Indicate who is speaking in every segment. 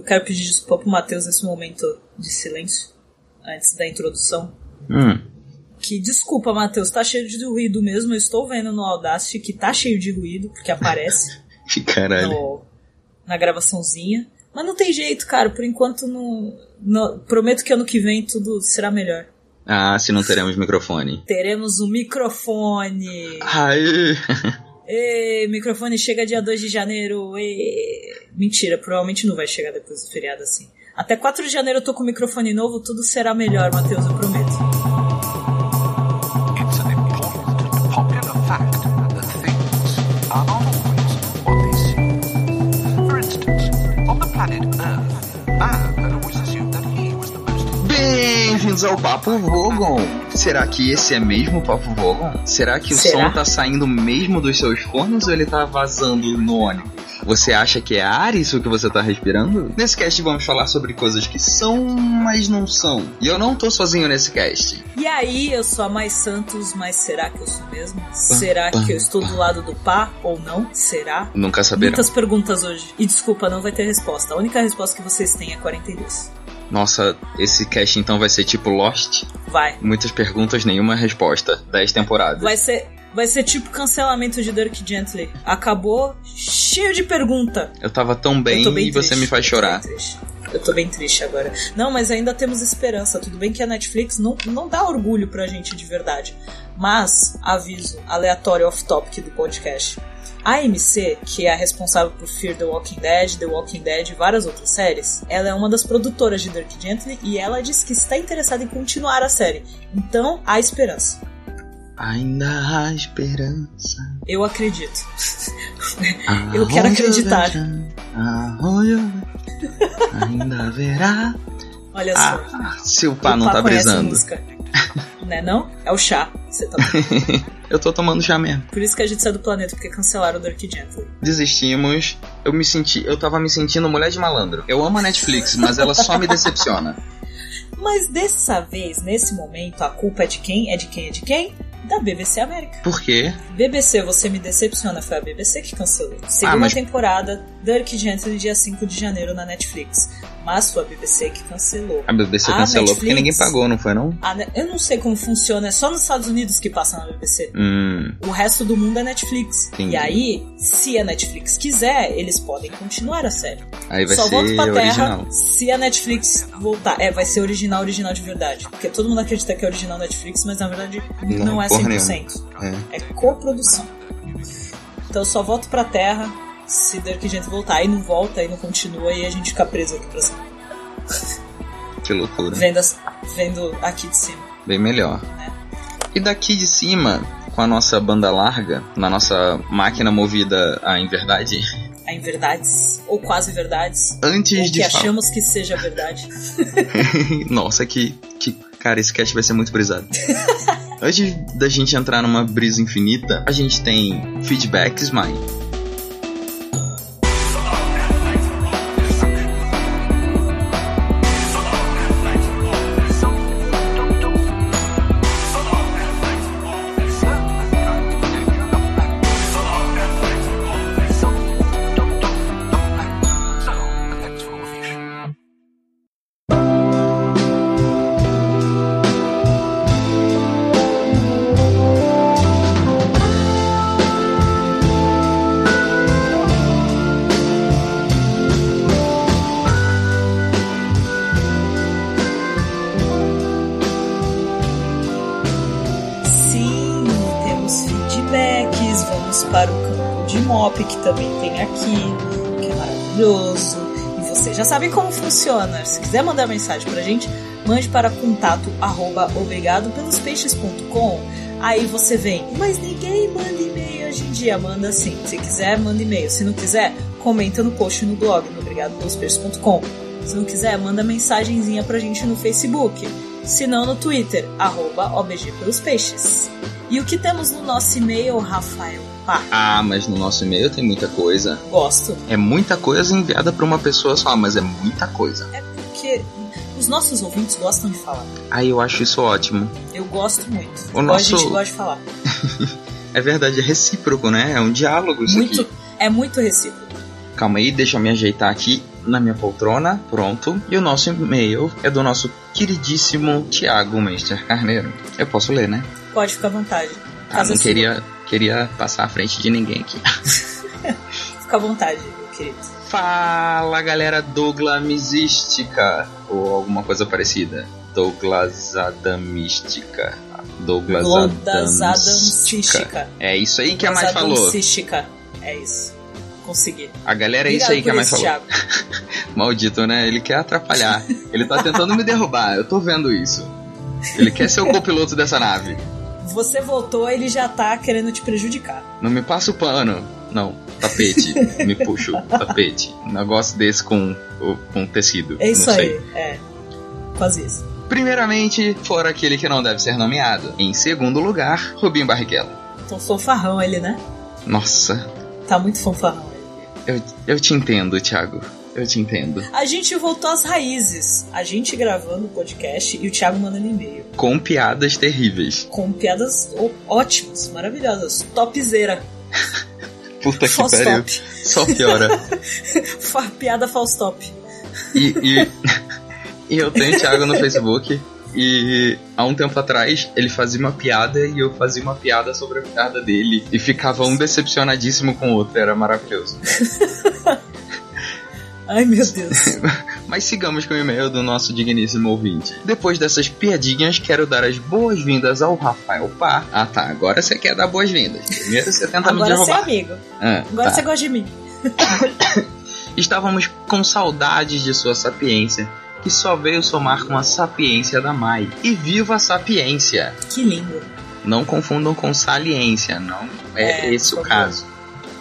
Speaker 1: quero pedir desculpa pro Matheus nesse momento de silêncio, antes da introdução.
Speaker 2: Hum.
Speaker 1: Que desculpa, Matheus, tá cheio de ruído mesmo. Eu estou vendo no Audacity que tá cheio de ruído, porque aparece
Speaker 2: Que caralho.
Speaker 1: no- na gravaçãozinha. Mas não tem jeito, cara. Por enquanto, não, não- prometo que ano que vem tudo será melhor.
Speaker 2: Ah, se não teremos microfone.
Speaker 1: Teremos um microfone.
Speaker 2: Ai.
Speaker 1: Ê, microfone chega dia 2 de janeiro. Ê. Mentira, provavelmente não vai chegar depois do feriado assim. Até 4 de janeiro eu tô com microfone novo, tudo será melhor, Matheus, eu prometo.
Speaker 3: It's an important and popular fact that things are not always what they seem. For instance, on the planet Earth, man had always assumed that he was the most
Speaker 2: Bem-vindos ao Papo Vogon. Será que esse é mesmo o Papo Vogon? Será que o
Speaker 1: Será?
Speaker 2: som tá saindo mesmo dos seus fones ou ele tá vazando no ônibus? Você acha que é ar isso que você tá respirando? Nesse cast vamos falar sobre coisas que são, mas não são. E eu não tô sozinho nesse cast.
Speaker 1: E aí, eu sou a mais Santos, mas será que eu sou mesmo? Será que eu estou do lado do pá ou não? Será?
Speaker 2: Nunca saberão.
Speaker 1: Muitas perguntas hoje. E desculpa, não vai ter resposta. A única resposta que vocês têm é 42.
Speaker 2: Nossa, esse cast então vai ser tipo Lost?
Speaker 1: Vai.
Speaker 2: Muitas perguntas, nenhuma resposta. 10 temporadas.
Speaker 1: Vai ser, vai ser tipo cancelamento de Dirk Gently. Acabou cheio de pergunta.
Speaker 2: Eu tava tão bem,
Speaker 1: Eu tô bem
Speaker 2: e você
Speaker 1: triste.
Speaker 2: me faz
Speaker 1: Eu tô
Speaker 2: chorar.
Speaker 1: bem triste. Eu tô bem triste agora. Não, mas ainda temos esperança. Tudo bem que a Netflix não, não dá orgulho pra gente de verdade. Mas, aviso, aleatório off-topic do podcast. A AMC, que é a responsável por Fear the Walking Dead, The Walking Dead e várias outras séries, ela é uma das produtoras de Dirk Gently e ela diz que está interessada em continuar a série. Então, há esperança.
Speaker 2: Ainda há esperança.
Speaker 1: Eu acredito. Eu quero
Speaker 2: Aonde
Speaker 1: acreditar.
Speaker 2: haverá- aonde haverá- Ainda haverá.
Speaker 1: Olha só.
Speaker 2: Ah, se o pá
Speaker 1: O
Speaker 2: não
Speaker 1: Pá
Speaker 2: tá
Speaker 1: conhece a
Speaker 2: brisando.
Speaker 1: música. Né não? É o chá. Você tá
Speaker 2: Eu tô tomando chá mesmo.
Speaker 1: Por isso que a gente saiu do planeta, porque cancelaram o Dark Gently.
Speaker 2: Desistimos. Eu me senti. Eu tava me sentindo mulher de malandro. Eu amo a Netflix, mas ela só me decepciona.
Speaker 1: Mas dessa vez, nesse momento, a culpa é de quem? É de quem? É de quem? Da BBC América.
Speaker 2: Por quê?
Speaker 1: BBC, você me decepciona, foi a BBC que cancelou. Segunda
Speaker 2: Ah, mas-
Speaker 1: temporada, Dirk Gently, dia 5 de janeiro na Netflix. Mas foi a BBC que cancelou.
Speaker 2: A BBC
Speaker 1: Ah,
Speaker 2: cancelou porque
Speaker 1: Netflix.
Speaker 2: ninguém pagou, não foi não?
Speaker 1: A Ne- Eu não sei como funciona, é só nos Estados Unidos que passa na BBC.
Speaker 2: Hum.
Speaker 1: O resto do mundo é Netflix.
Speaker 2: Entendi.
Speaker 1: E aí, se a Netflix quiser, eles podem continuar a série.
Speaker 2: Aí vai
Speaker 1: Só
Speaker 2: ser
Speaker 1: volto pra terra
Speaker 2: original.
Speaker 1: se a Netflix voltar. É, vai ser original, original de verdade. Porque todo mundo acredita que é original Netflix, mas na verdade
Speaker 2: Não,
Speaker 1: não, é
Speaker 2: porra
Speaker 1: 100%.
Speaker 2: É.
Speaker 1: É coprodução. Então eu só volto pra terra se Dirk Gently voltar. Aí não volta, aí não continua, e a gente fica preso aqui pra cima.
Speaker 2: Que loucura.
Speaker 1: Vendo, as- vendo aqui de cima.
Speaker 2: bem melhor. E daqui de cima, com a nossa banda larga, na nossa máquina movida a em verdade,
Speaker 1: Há inverdades, ou quase verdades.
Speaker 2: antes
Speaker 1: Ou
Speaker 2: de
Speaker 1: que
Speaker 2: falar.
Speaker 1: achamos que seja verdade.
Speaker 2: Nossa, que, que. Cara, esse cast vai ser muito brisado. Antes da gente entrar numa brisa infinita, a gente tem feedbacks, mãe.
Speaker 1: Sim, temos feedbacks, vamos para o campo de mop que também tem aqui, que é maravilhoso. E vocês já sabem como funciona. Se quiser mandar mensagem pra gente, mande para contato arroba obrigadopelospeixes.com. Aí você vem, mas ninguém manda e-mail hoje em dia. Manda sim. Se quiser, manda e-mail. Se não quiser, comenta no post no blog no obrigadopelospeixes.com. Se não quiser, manda mensagenzinha pra gente no Facebook se não no Twitter, arroba OBG pelos peixes. E o que temos no nosso e-mail, Rafael? Pá,
Speaker 2: Ah, mas no nosso e-mail tem muita coisa.
Speaker 1: gosto.
Speaker 2: É muita coisa enviada pra uma pessoa só, mas é muita coisa.
Speaker 1: É porque os nossos ouvintes gostam de falar.
Speaker 2: Aí eu acho isso ótimo.
Speaker 1: Eu gosto muito.
Speaker 2: O
Speaker 1: Igual
Speaker 2: nosso-
Speaker 1: A gente gosta de falar.
Speaker 2: É verdade, é recíproco, né? É um diálogo isso aqui.
Speaker 1: Muito, é muito recíproco.
Speaker 2: Calma aí, deixa eu me ajeitar aqui. na minha poltrona, pronto. E o nosso e-mail é do nosso queridíssimo Tiago Meister Carneiro. Eu posso ler, né?
Speaker 1: Pode ficar à vontade.
Speaker 2: Ah,
Speaker 1: Caso
Speaker 2: não
Speaker 1: assim,
Speaker 2: queria, queria passar à frente de ninguém aqui.
Speaker 1: Fica à vontade, meu querido.
Speaker 2: Fala galera Douglamística ou alguma coisa parecida. Douglas Adamística. Douglas
Speaker 1: Lodas
Speaker 2: Adamística.
Speaker 1: Adamsística.
Speaker 2: É isso aí que a mais falou.
Speaker 1: Adamsística. É isso. Consegui.
Speaker 2: A galera é isso aí que a mais falou. Maldito, né? Ele quer atrapalhar. Ele tá tentando me derrubar. Eu tô vendo isso. Ele quer ser o copiloto dessa nave.
Speaker 1: Você voltou, ele já tá querendo te prejudicar.
Speaker 2: Não me passa o pano. Não, tapete. Me puxa o tapete. Um negócio desse com, com tecido.
Speaker 1: É isso
Speaker 2: não sei.
Speaker 1: aí. É. Quase isso.
Speaker 2: Primeiramente, fora aquele que não deve ser nomeado. Em segundo lugar, Rubinho Barrichello.
Speaker 1: Então fanfarrão ele, né?
Speaker 2: Nossa,
Speaker 1: Tá muito fanfarrão ele.
Speaker 2: eu, eu te entendo, Thiago. Eu te entendo.
Speaker 1: A gente voltou às raízes. A gente gravando o podcast e o Thiago mandando e-mail.
Speaker 2: Com piadas terríveis.
Speaker 1: Com piadas ó- ótimas, maravilhosas. Topzera.
Speaker 2: Puta que
Speaker 1: False
Speaker 2: pariu.
Speaker 1: top.
Speaker 2: Só piora.
Speaker 1: Fa- Piada false top.
Speaker 2: E, e- e eu tenho o Thiago no Facebook. E há um tempo atrás ele fazia uma piada e eu fazia uma piada sobre a piada dele. E ficava um decepcionadíssimo com o outro, era maravilhoso.
Speaker 1: Ai meu Deus.
Speaker 2: Mas sigamos com o e-mail do nosso digníssimo ouvinte. Depois dessas piadinhas, quero dar as boas-vindas ao Rafael Pá. Ah tá, agora você quer dar boas-vindas. Primeiro você tenta me
Speaker 1: Agora você é
Speaker 2: derrubar.
Speaker 1: amigo.
Speaker 2: Ah,
Speaker 1: Agora
Speaker 2: tá.
Speaker 1: você gosta de mim.
Speaker 2: Estávamos com saudades de sua sapiência, que só veio somar com a sapiência da Mai. E viva a sapiência!
Speaker 1: Que lindo.
Speaker 2: Não confundam com saliência, não é,
Speaker 1: É,
Speaker 2: esse o
Speaker 1: por favor.
Speaker 2: caso.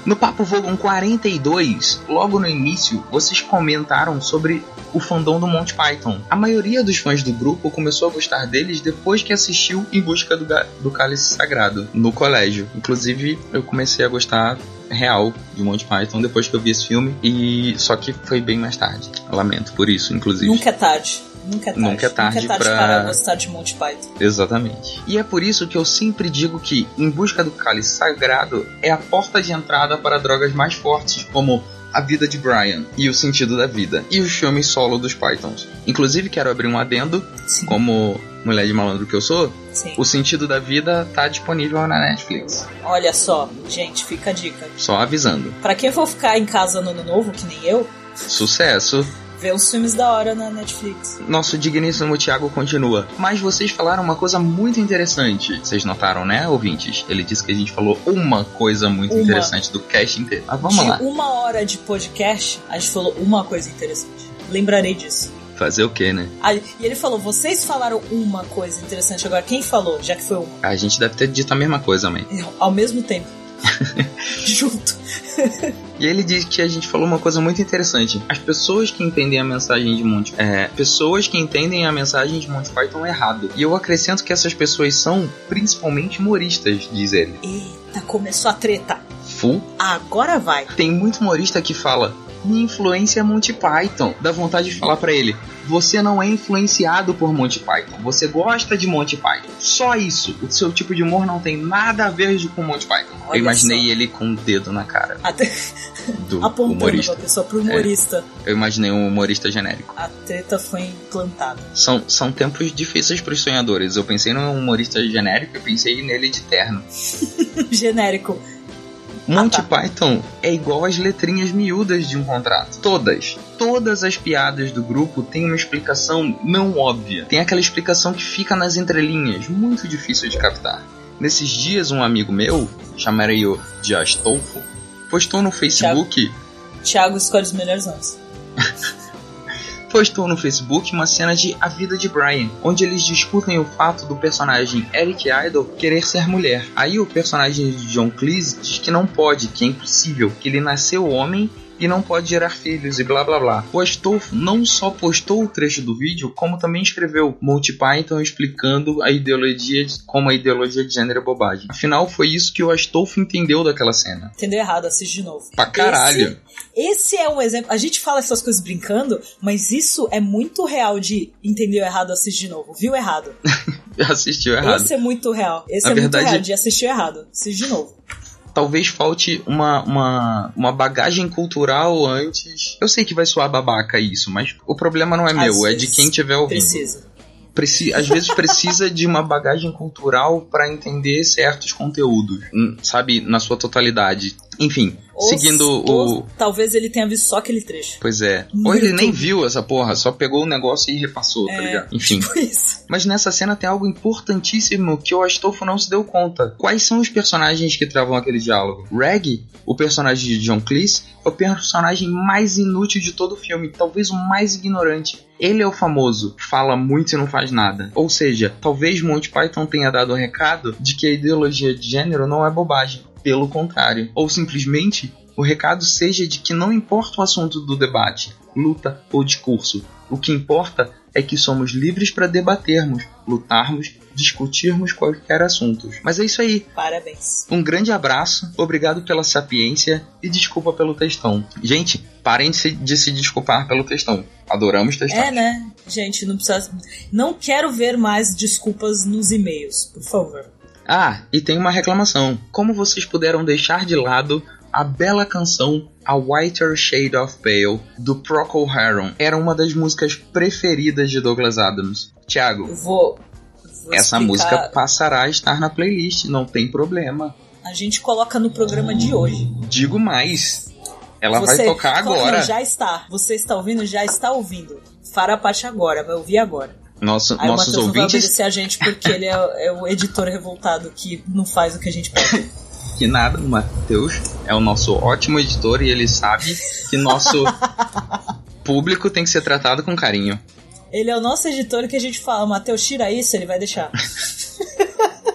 Speaker 2: No Papo um Vogon 42, logo no início, vocês comentaram sobre o fandom do Monty Python. A maioria dos fãs do grupo começou a gostar deles depois que assistiu Em Busca do, Ga- do Cálice Sagrado, no colégio. Inclusive, eu comecei a gostar real de Monty Python depois que eu vi esse filme, e só que foi bem mais tarde. Lamento por isso, inclusive.
Speaker 1: Nunca é tarde. Nunca é tarde.
Speaker 2: Nunca é tarde pra-
Speaker 1: para gostar de Monty Python.
Speaker 2: Exatamente. E é por isso que eu sempre digo que Em Busca do Cálice Sagrado é a porta de entrada para drogas mais fortes, como A Vida de Brian e O Sentido da Vida, e os filmes solo dos Pythons. Inclusive, quero abrir um adendo,
Speaker 1: Sim,
Speaker 2: como mulher de malandro que eu sou,
Speaker 1: sim.
Speaker 2: O Sentido da Vida tá disponível na Netflix.
Speaker 1: Olha só, gente, fica a dica.
Speaker 2: Só avisando.
Speaker 1: Pra quem for ficar em casa no ano novo, que nem eu,
Speaker 2: Sucesso!
Speaker 1: vê uns filmes da hora na Netflix.
Speaker 2: Nosso digníssimo Thiago continua. Mas vocês falaram uma coisa muito interessante. Vocês notaram, né, ouvintes? Ele disse que a gente falou uma coisa muito
Speaker 1: Uma.
Speaker 2: interessante do cast inteiro. Mas vamos
Speaker 1: de
Speaker 2: lá.
Speaker 1: uma hora de podcast, a gente falou uma coisa interessante. Lembrarei disso.
Speaker 2: Fazer o quê, né?
Speaker 1: Ah, E ele falou: vocês falaram uma coisa interessante. Agora, quem falou? Já que foi uma.
Speaker 2: A gente deve ter dito a mesma coisa, mãe.
Speaker 1: Ao mesmo tempo. Junto.
Speaker 2: E ele diz que a gente falou uma coisa muito interessante. As pessoas que entendem a mensagem de Monty... É, pessoas que entendem a mensagem de Monty Python errado. E eu acrescento que essas pessoas são principalmente humoristas, diz ele.
Speaker 1: Eita, começou a treta.
Speaker 2: Full
Speaker 1: Agora vai.
Speaker 2: Tem muito humorista que fala: Minha influência é Monty Python. Dá vontade de falar pra ele: Você não é influenciado por Monty Python. Você gosta de Monty Python. Só isso. O seu tipo de humor não tem nada a ver com Monty Python.
Speaker 1: Olha
Speaker 2: Eu imaginei
Speaker 1: só.
Speaker 2: ele com o dedo na cara
Speaker 1: Até
Speaker 2: do
Speaker 1: apontando pra
Speaker 2: humorista.
Speaker 1: pessoa, pro humorista.
Speaker 2: Eu imaginei um humorista genérico.
Speaker 1: A treta foi implantada.
Speaker 2: São, são tempos difíceis pros sonhadores. Eu pensei num humorista genérico e pensei nele de terno.
Speaker 1: Genérico.
Speaker 2: Monty
Speaker 1: Ah,
Speaker 2: Python é igual às letrinhas miúdas de um contrato. Todas. Todas as piadas do grupo têm uma explicação não óbvia. Tem aquela explicação que fica nas entrelinhas, muito difícil de captar. Nesses dias, um amigo meu, chamarei-o de Astolfo, postou no Facebook
Speaker 1: Thiago escolhe os melhores anos.
Speaker 2: postou no Facebook uma cena de A Vida de Brian, onde eles discutem o fato do personagem Eric Idle querer ser mulher. Aí o personagem de John Cleese diz que não pode, que é impossível, que ele nasceu homem e não pode gerar filhos e blá blá blá. O Astolfo não só postou o trecho do vídeo, como também escreveu Monty Python explicando a ideologia de, como a ideologia de gênero é bobagem. Afinal, foi isso que o Astolfo entendeu daquela cena.
Speaker 1: Entendeu errado, assiste de novo.
Speaker 2: Pra caralho.
Speaker 1: Esse é um exemplo. A gente fala essas coisas brincando, mas isso é muito real de entendeu errado, assiste de novo. Viu errado.
Speaker 2: Assistiu errado.
Speaker 1: Esse é muito real. Esse
Speaker 2: Na
Speaker 1: é
Speaker 2: verdade-
Speaker 1: muito real de assistir errado. Assiste de novo.
Speaker 2: talvez falte uma, uma, uma bagagem cultural antes. Eu sei que vai soar babaca isso, mas o problema não é meu, é de
Speaker 1: vezes
Speaker 2: quem tiver ouvindo.
Speaker 1: Precisa.
Speaker 2: Preci- às vezes precisa de uma bagagem cultural para entender certos conteúdos, hum, sabe, na sua totalidade. Enfim,
Speaker 1: Ou-
Speaker 2: seguindo o.
Speaker 1: ou Talvez ele tenha visto só aquele trecho.
Speaker 2: Pois é.
Speaker 1: No
Speaker 2: Ou ele nem
Speaker 1: YouTube.
Speaker 2: viu essa porra, só pegou o negócio e repassou, tá
Speaker 1: É.
Speaker 2: ligado? Enfim.
Speaker 1: Tipo isso.
Speaker 2: Mas nessa cena tem algo importantíssimo que o Astolfo não se deu conta. Quais são os personagens que travam aquele diálogo? Reg, o personagem de John Cleese, é o personagem mais inútil de todo o filme, talvez o mais ignorante. Ele é o famoso, fala muito e não faz nada. Ou seja, talvez Monty Python tenha dado o recado de que a ideologia de gênero não é bobagem. Pelo contrário. Ou simplesmente, o recado seja de que não importa o assunto do debate, luta ou discurso. O que importa é que somos livres para debatermos, lutarmos, discutirmos qualquer assunto. Mas é isso aí.
Speaker 1: Parabéns.
Speaker 2: Um grande abraço, obrigado pela sapiência e desculpa pelo textão. Gente, parem de se, de se desculpar pelo textão. Adoramos textão.
Speaker 1: É, né? Gente, não precisa. Não quero ver mais desculpas nos e-mails, por favor.
Speaker 2: Ah, e tem uma reclamação. Como vocês puderam deixar de lado a bela canção A Whiter Shade of Pale do Procol Harum? Era uma das músicas preferidas de Douglas Adams. Tiago,
Speaker 1: Eu vou. vou
Speaker 2: essa
Speaker 1: explicar.
Speaker 2: música passará a estar na playlist, não tem problema.
Speaker 1: A gente coloca no programa de hoje.
Speaker 2: Digo mais. Ela
Speaker 1: Você-
Speaker 2: vai tocar
Speaker 1: Coloca-
Speaker 2: agora.
Speaker 1: Não, já está. Você está ouvindo? Já está ouvindo. Fará parte agora, vai ouvir agora.
Speaker 2: Nosso-
Speaker 1: Aí
Speaker 2: nossos
Speaker 1: o Matheus não vai
Speaker 2: ouvintes.
Speaker 1: obedecer a gente porque ele é, é o editor revoltado que não faz o que a gente pede.
Speaker 2: Que nada, o Matheus é o nosso ótimo editor e ele sabe que nosso público tem que ser tratado com carinho.
Speaker 1: Ele é o nosso editor que a gente fala, Matheus, tira isso, ele vai deixar.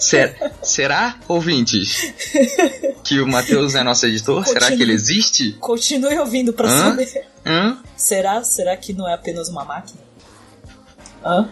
Speaker 2: Ser- será, ouvintes, que o Matheus é nosso editor? Será que ele existe?
Speaker 1: Continue ouvindo pra
Speaker 2: Hã?
Speaker 1: saber.
Speaker 2: Hã?
Speaker 1: Será? Será que não é apenas uma máquina? Hã?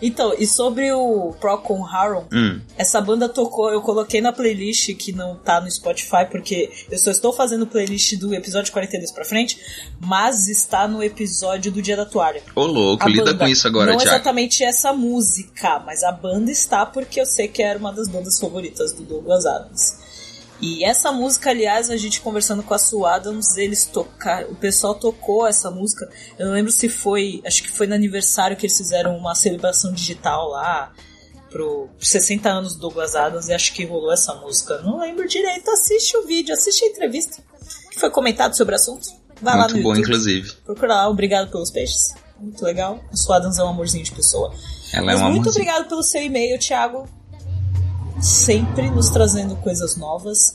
Speaker 1: Então, e sobre o Procon Harum,
Speaker 2: Hum.
Speaker 1: essa banda tocou, eu coloquei na playlist que não tá no Spotify, porque eu só estou fazendo playlist do episódio 42 pra frente, mas está no episódio do Dia da Toalha.
Speaker 2: Ô louco,
Speaker 1: A
Speaker 2: lida
Speaker 1: banda,
Speaker 2: com isso agora,
Speaker 1: Não é
Speaker 2: Thiago.
Speaker 1: exatamente essa música, mas a banda está porque eu sei que era uma das bandas favoritas do Douglas Adams. E essa música, aliás, a gente conversando com a Sue Adams, eles tocaram, o pessoal tocou essa música. Eu não lembro se foi, acho que foi no aniversário que eles fizeram uma celebração digital lá pro 60 anos do Douglas Adams e acho que rolou essa música. Não lembro direito, assiste o vídeo, assiste a entrevista que foi comentado sobre o assunto. Vai lá no
Speaker 2: Muito bom,
Speaker 1: YouTube.
Speaker 2: inclusive.
Speaker 1: Procura lá, obrigado pelos peixes. Muito legal. A sua Adams é um amorzinho de pessoa.
Speaker 2: Ela
Speaker 1: Mas
Speaker 2: é uma
Speaker 1: muito
Speaker 2: música.
Speaker 1: obrigado pelo seu e-mail, Thiago. Sempre nos trazendo coisas novas.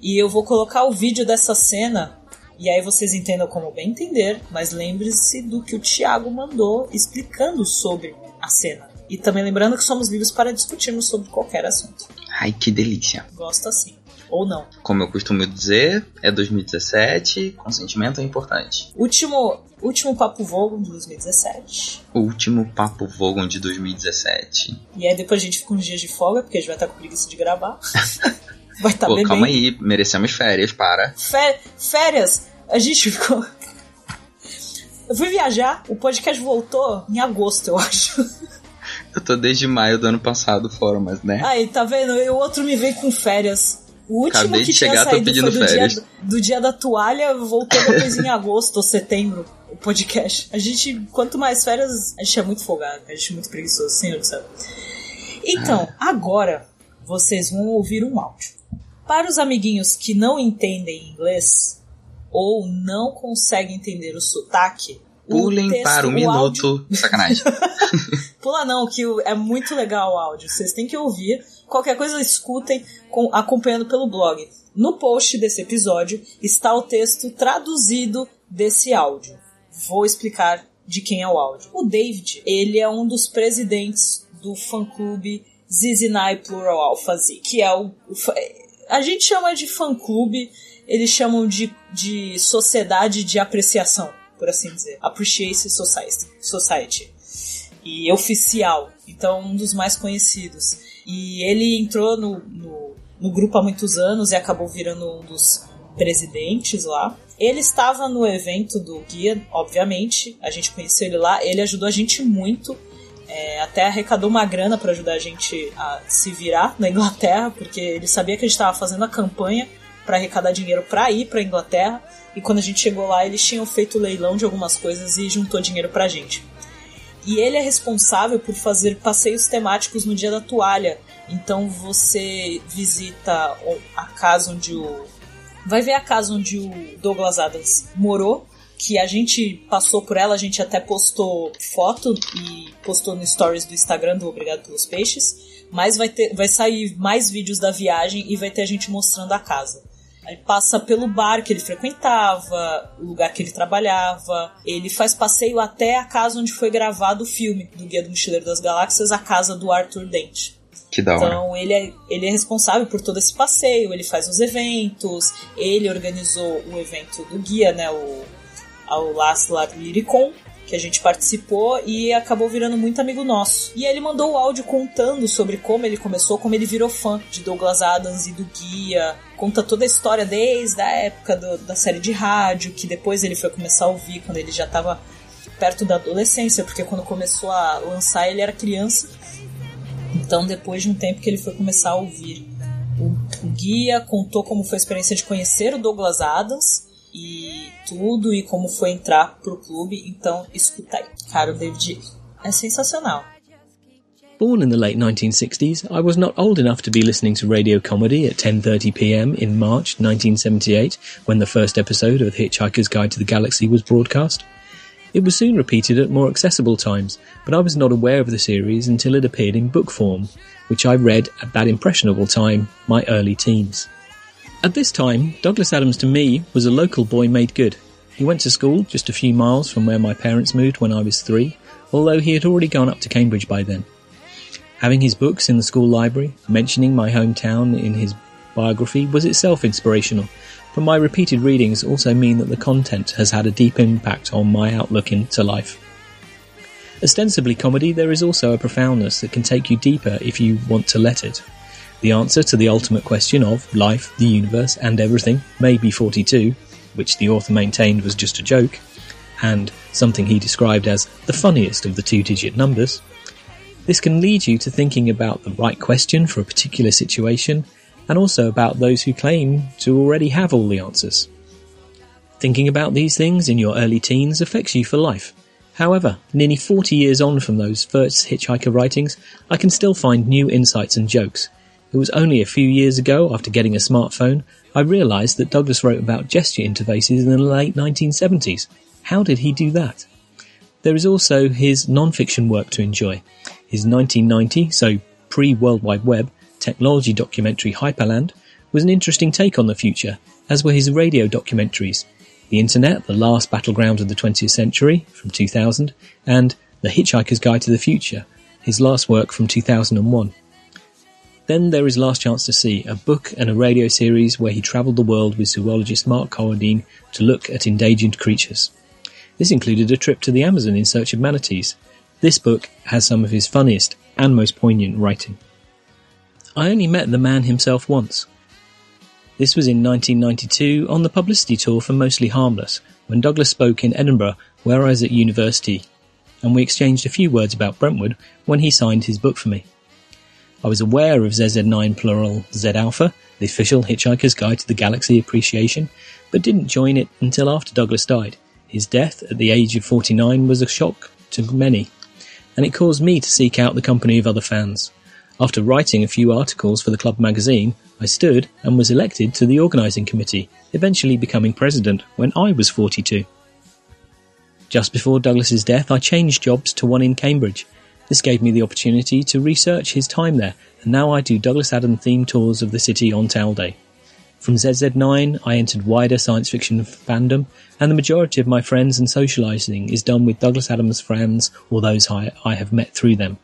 Speaker 1: E eu vou colocar o vídeo dessa cena. E aí vocês entendam como bem entender. Mas lembre-se do que o Thiago mandou explicando sobre a cena. E também lembrando que somos livres para discutirmos sobre qualquer assunto.
Speaker 2: Ai, que delícia.
Speaker 1: Gosto assim. Ou não.
Speaker 2: Como eu costumo dizer, é 2017, consentimento é importante.
Speaker 1: Último, último Papo Vogo de 2017.
Speaker 2: O último Papo Vogon de 2017.
Speaker 1: E aí depois a gente fica uns dias de folga, porque a gente vai estar com preguiça de gravar. vai estar
Speaker 2: Pô,
Speaker 1: bebendo.
Speaker 2: calma aí, merecemos férias, para.
Speaker 1: Fé- férias, a gente ficou. Eu fui viajar, o podcast voltou em agosto, eu acho.
Speaker 2: Eu tô desde maio do ano passado fora, mas né?
Speaker 1: Aí, tá vendo? E o outro me veio com férias. O último
Speaker 2: Acabei
Speaker 1: que
Speaker 2: de
Speaker 1: tinha
Speaker 2: chegar, tô
Speaker 1: saído foi
Speaker 2: pedindo
Speaker 1: do dia,
Speaker 2: férias.
Speaker 1: do dia da toalha, voltou depois em agosto ou setembro, o podcast. A gente, quanto mais férias, a gente é muito folgado, a gente é muito preguiçoso, senhor do céu. Então,
Speaker 2: Ah.
Speaker 1: agora vocês vão ouvir um áudio. Para os amiguinhos que não entendem inglês ou não conseguem entender o sotaque,
Speaker 2: Pulem
Speaker 1: o texto, um
Speaker 2: para o
Speaker 1: áudio-
Speaker 2: minuto. Sacanagem.
Speaker 1: Pula não, que o- é muito legal o áudio. Vocês têm que ouvir. Qualquer coisa, escutem com- acompanhando pelo blog. No post desse episódio está o texto traduzido desse áudio. Vou explicar de quem é o áudio. O David, ele é um dos presidentes do fã-clube Zizinai Plural Alpha Z, que é o... o fa- A gente chama de fã-clube, eles chamam de, de sociedade de apreciação, por assim dizer. Appreciation Society. Society e oficial, então um dos mais conhecidos. E ele entrou no, no, no grupo há muitos anos e acabou virando um dos presidentes lá. Ele estava no evento do Guia, obviamente, a gente conheceu ele lá, ele ajudou a gente muito. é, até arrecadou uma grana para ajudar a gente a se virar na Inglaterra, porque ele sabia que a gente estava fazendo a campanha para arrecadar dinheiro para ir para Inglaterra. E quando a gente chegou lá, eles tinham feito leilão de algumas coisas e juntou dinheiro para a gente. E ele é responsável por fazer passeios temáticos no Dia da Toalha. Então você visita a casa onde o. Vai ver a casa onde o Douglas Adams morou, que a gente passou por ela, a gente até postou foto e postou no stories do Instagram do Obrigado pelos Peixes. Mas vai, ter, vai sair mais vídeos da viagem e vai ter a gente mostrando a casa. Aí passa pelo bar que ele frequentava, o lugar que ele trabalhava. Ele faz passeio até a casa onde foi gravado o filme do Guia do Mochileiro das Galáxias, a casa do Arthur Dent.
Speaker 2: Que da hora.
Speaker 1: Então ele é, ele é responsável por todo esse passeio, ele faz os eventos, ele organizou o evento do guia, né? O, o Last Liricon, que a gente participou e acabou virando muito amigo nosso. E ele mandou o áudio contando sobre como ele começou, como ele virou fã de Douglas Adams e do Guia. Conta toda a história desde a época do, da série de rádio, que depois ele foi começar a ouvir quando ele já estava perto da adolescência, porque quando começou a lançar ele era criança. Então, depois de um tempo que ele foi começar a ouvir o, o Guia, contou como foi a experiência de conhecer o Douglas Adams e tudo e como foi entrar pro clube. Então, escuta aí. Cara, o David é sensacional.
Speaker 4: Born in the late 1960s, I was not old enough to be listening to radio comedy at 10:30 p.m. in March 1978 when the first episode of The Hitchhiker's Guide to the Galaxy was broadcast. It was soon repeated at more accessible times, but I was not aware of the series until it appeared in book form, which I read at that impressionable time, my early teens. At this time, Douglas Adams to me was a local boy made good. He went to school just a few miles from where my parents moved when I was three, although he had already gone up to Cambridge by then. Having his books in the school library, mentioning my hometown in his biography was itself inspirational, but my repeated readings also mean that the content has had a deep impact on my outlook into life. Ostensibly comedy, there is also a profoundness that can take you deeper if you want to let it. The answer to the ultimate question of life, the universe, and everything may be 42, which the author maintained was just a joke, and something he described as the funniest of the two digit numbers. This can lead you to thinking about the right question for a particular situation, and also about those who claim to already have all the answers. Thinking about these things in your early teens affects you for life. However, nearly 40 years on from those first hitchhiker writings, I can still find new insights and jokes, it was only a few years ago, after getting a smartphone, I realised that Douglas wrote about gesture interfaces in the late 1970s. How did he do that? There is also his non fiction work to enjoy. His 1990, so pre World Wide Web, technology documentary Hyperland was an interesting take on the future, as were his radio documentaries The Internet, The Last Battleground of the 20th Century from 2000, and The Hitchhiker's Guide to the Future, his last work from 2001. Then there is Last Chance to See, a book and a radio series where he travelled the world with zoologist Mark Corradine to look at endangered creatures. This included a trip to the Amazon in search of manatees. This book has some of his funniest and most poignant writing. I only met the man himself once. This was in 1992 on the publicity tour for Mostly Harmless, when Douglas spoke in Edinburgh, where I was at university, and we exchanged a few words about Brentwood when he signed his book for me. I was aware of ZZ9 Plural Z Alpha, the official Hitchhiker's Guide to the Galaxy appreciation, but didn't join it until after Douglas died. His death at the age of 49 was a shock to many, and it caused me to seek out the company of other fans. After writing a few articles for the club magazine, I stood and was elected to the organising committee, eventually becoming president when I was 42. Just before Douglas's death, I changed jobs to one in Cambridge, this gave me the opportunity to research his time there, and now I do Douglas Adam themed tours of the city on Towel Day. From ZZ9, I entered wider science fiction fandom, and the majority of my friends and socialising is done with Douglas Adams friends or those I, I have met through them.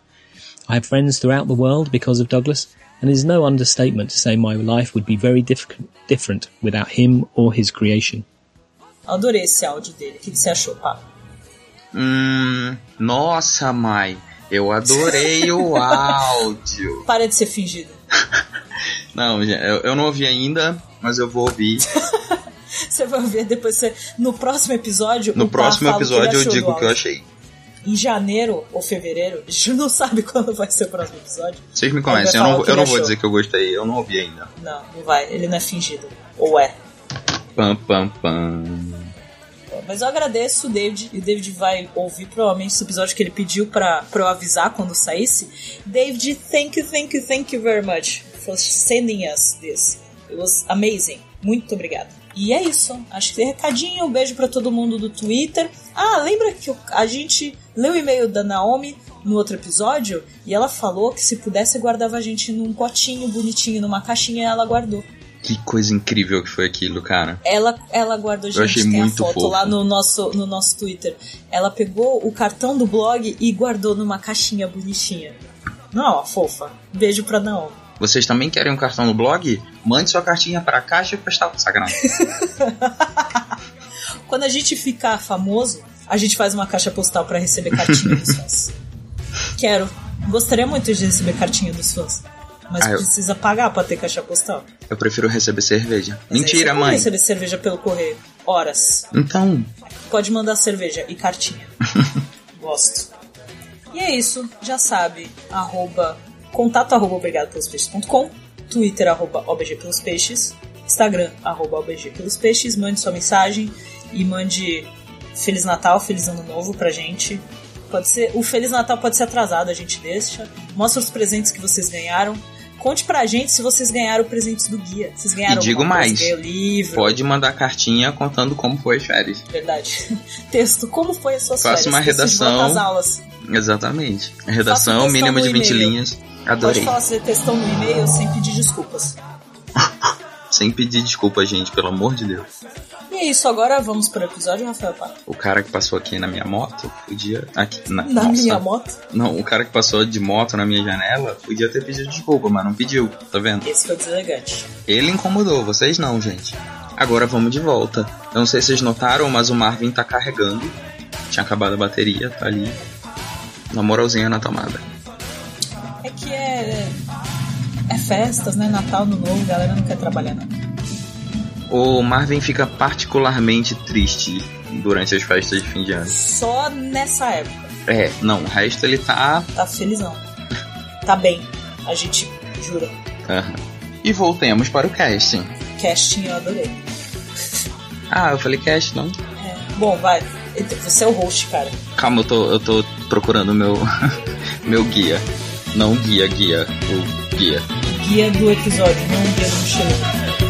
Speaker 4: I have friends throughout the world because of Douglas, and it is no understatement to say my life would be very diff- different without him or his creation.
Speaker 1: Adorei esse áudio dele. O que você achou, Pá?
Speaker 2: Hum, nossa, mãe. Eu adorei o áudio.
Speaker 1: Para de ser fingido.
Speaker 2: Não, eu, eu não ouvi ainda, mas eu vou ouvir.
Speaker 1: Você vai ver depois. Você... No próximo episódio.
Speaker 2: No
Speaker 1: o Pá
Speaker 2: próximo
Speaker 1: fala o que ele
Speaker 2: episódio eu
Speaker 1: achou do
Speaker 2: digo o que eu
Speaker 1: áudio.
Speaker 2: achei.
Speaker 1: em janeiro ou fevereiro, a gente não sabe quando vai ser o próximo episódio.
Speaker 2: Vocês me
Speaker 1: Ele vai
Speaker 2: conhecem, eu
Speaker 1: falar
Speaker 2: não,
Speaker 1: o que
Speaker 2: eu
Speaker 1: ele
Speaker 2: não vou
Speaker 1: achou.
Speaker 2: dizer que eu gostei, eu não ouvi ainda.
Speaker 1: Não, não vai, ele não é fingido. Ou é.
Speaker 2: Pam, pam, pam.
Speaker 1: Mas eu agradeço o David, e o David vai ouvir provavelmente esse episódio que ele pediu pra, pra eu avisar quando saísse. David, thank you, thank you, thank you very much for sending us this. It was amazing. Muito obrigado. E é isso. Acho que tem recadinho. Um beijo pra todo mundo do Twitter. Ah, lembra que eu- a gente leu o e-mail da Naomi no outro episódio e ela falou que se pudesse guardava a gente num potinho bonitinho, numa caixinha, e ela guardou.
Speaker 2: Que coisa incrível que foi aquilo, cara.
Speaker 1: Ela, ela guardou, gente,
Speaker 2: Eu achei
Speaker 1: tem
Speaker 2: muito
Speaker 1: a foto
Speaker 2: fofo.
Speaker 1: lá no nosso, no nosso Twitter. Ela pegou o cartão do blog e guardou numa caixinha bonitinha. Não, fofa. Beijo pra Naomi.
Speaker 2: Vocês também querem um cartão no blog? Mande sua cartinha pra caixa postal. Sacanagem.
Speaker 1: Quando a gente ficar famoso, a gente faz uma caixa postal pra receber cartinha dos fãs. Quero. Gostaria muito de receber cartinha dos fãs. Mas
Speaker 2: Ah, eu-
Speaker 1: precisa pagar pra ter caixa postal.
Speaker 2: Eu prefiro receber cerveja.
Speaker 1: Mas aí
Speaker 2: Mentira,
Speaker 1: você pode
Speaker 2: mãe.
Speaker 1: receber cerveja pelo correio. Horas.
Speaker 2: Então,
Speaker 1: Pode mandar cerveja e cartinha. Gosto. E é isso, já sabe. Arroba, contato arroba obrigado pelos peixes.com, Twitter arroba obg pelos peixes, Instagram arroba obg pelos peixes. Mande sua mensagem e mande Feliz Natal, Feliz Ano Novo pra gente. Pode ser, o Feliz Natal pode ser atrasado, a gente deixa. Mostra os presentes que vocês ganharam. Conte pra gente se vocês ganharam presentes do guia. Vocês ganharam
Speaker 2: digo
Speaker 1: alguma coisa,
Speaker 2: mais.
Speaker 1: ganhou livro.
Speaker 2: pode mandar cartinha contando como foi as férias.
Speaker 1: Verdade. Texto. Como foi as suas
Speaker 2: Faça
Speaker 1: férias?
Speaker 2: uma
Speaker 1: Esqueci de
Speaker 2: redação.
Speaker 1: voltar às aulas.
Speaker 2: Exatamente.
Speaker 1: Faça
Speaker 2: Redação
Speaker 1: questão
Speaker 2: mínima de
Speaker 1: no
Speaker 2: 20
Speaker 1: e-mail.
Speaker 2: linhas.
Speaker 1: Pode
Speaker 2: Adorei.
Speaker 1: falar se textão no e-mail sem pedir desculpas.
Speaker 2: Sem pedir desculpa, gente, pelo amor de Deus.
Speaker 1: E é isso, agora vamos para o episódio, Rafael Pato.
Speaker 2: O cara que passou aqui na minha moto podia. Aqui, na,
Speaker 1: Na
Speaker 2: nossa.
Speaker 1: minha moto.
Speaker 2: Não, o cara que passou de moto na minha janela podia ter pedido desculpa, mas não pediu, tá vendo?
Speaker 1: Esse foi deselegante.
Speaker 2: Ele incomodou, vocês não, gente. Agora vamos de volta. Eu não sei se vocês notaram, mas o Marvin tá carregando. Tinha acabado a bateria, tá ali. Na moralzinha na tomada.
Speaker 1: É que é. É festas, né? Natal, no novo, a galera não quer trabalhar, não.
Speaker 2: O Marvin fica particularmente triste durante as festas de fim de ano.
Speaker 1: Só nessa época.
Speaker 2: É, não, o resto ele tá.
Speaker 1: Tá felizão. Tá bem. A gente jura.
Speaker 2: Aham. E voltemos para o casting.
Speaker 1: Casting eu adorei.
Speaker 2: Ah, eu falei cast, não?
Speaker 1: É. Bom, vai. Você é o host, cara.
Speaker 2: Calma, eu tô, eu tô procurando o meu, meu guia. Não guia, guia. O guia.
Speaker 1: Guia do episódio, não guia do mochileiro.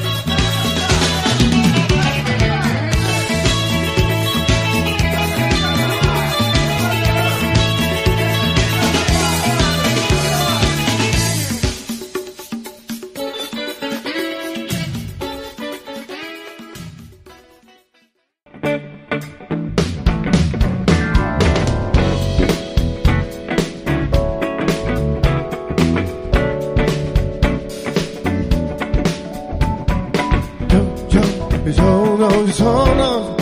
Speaker 5: Don't jump, just hold on, just hold on.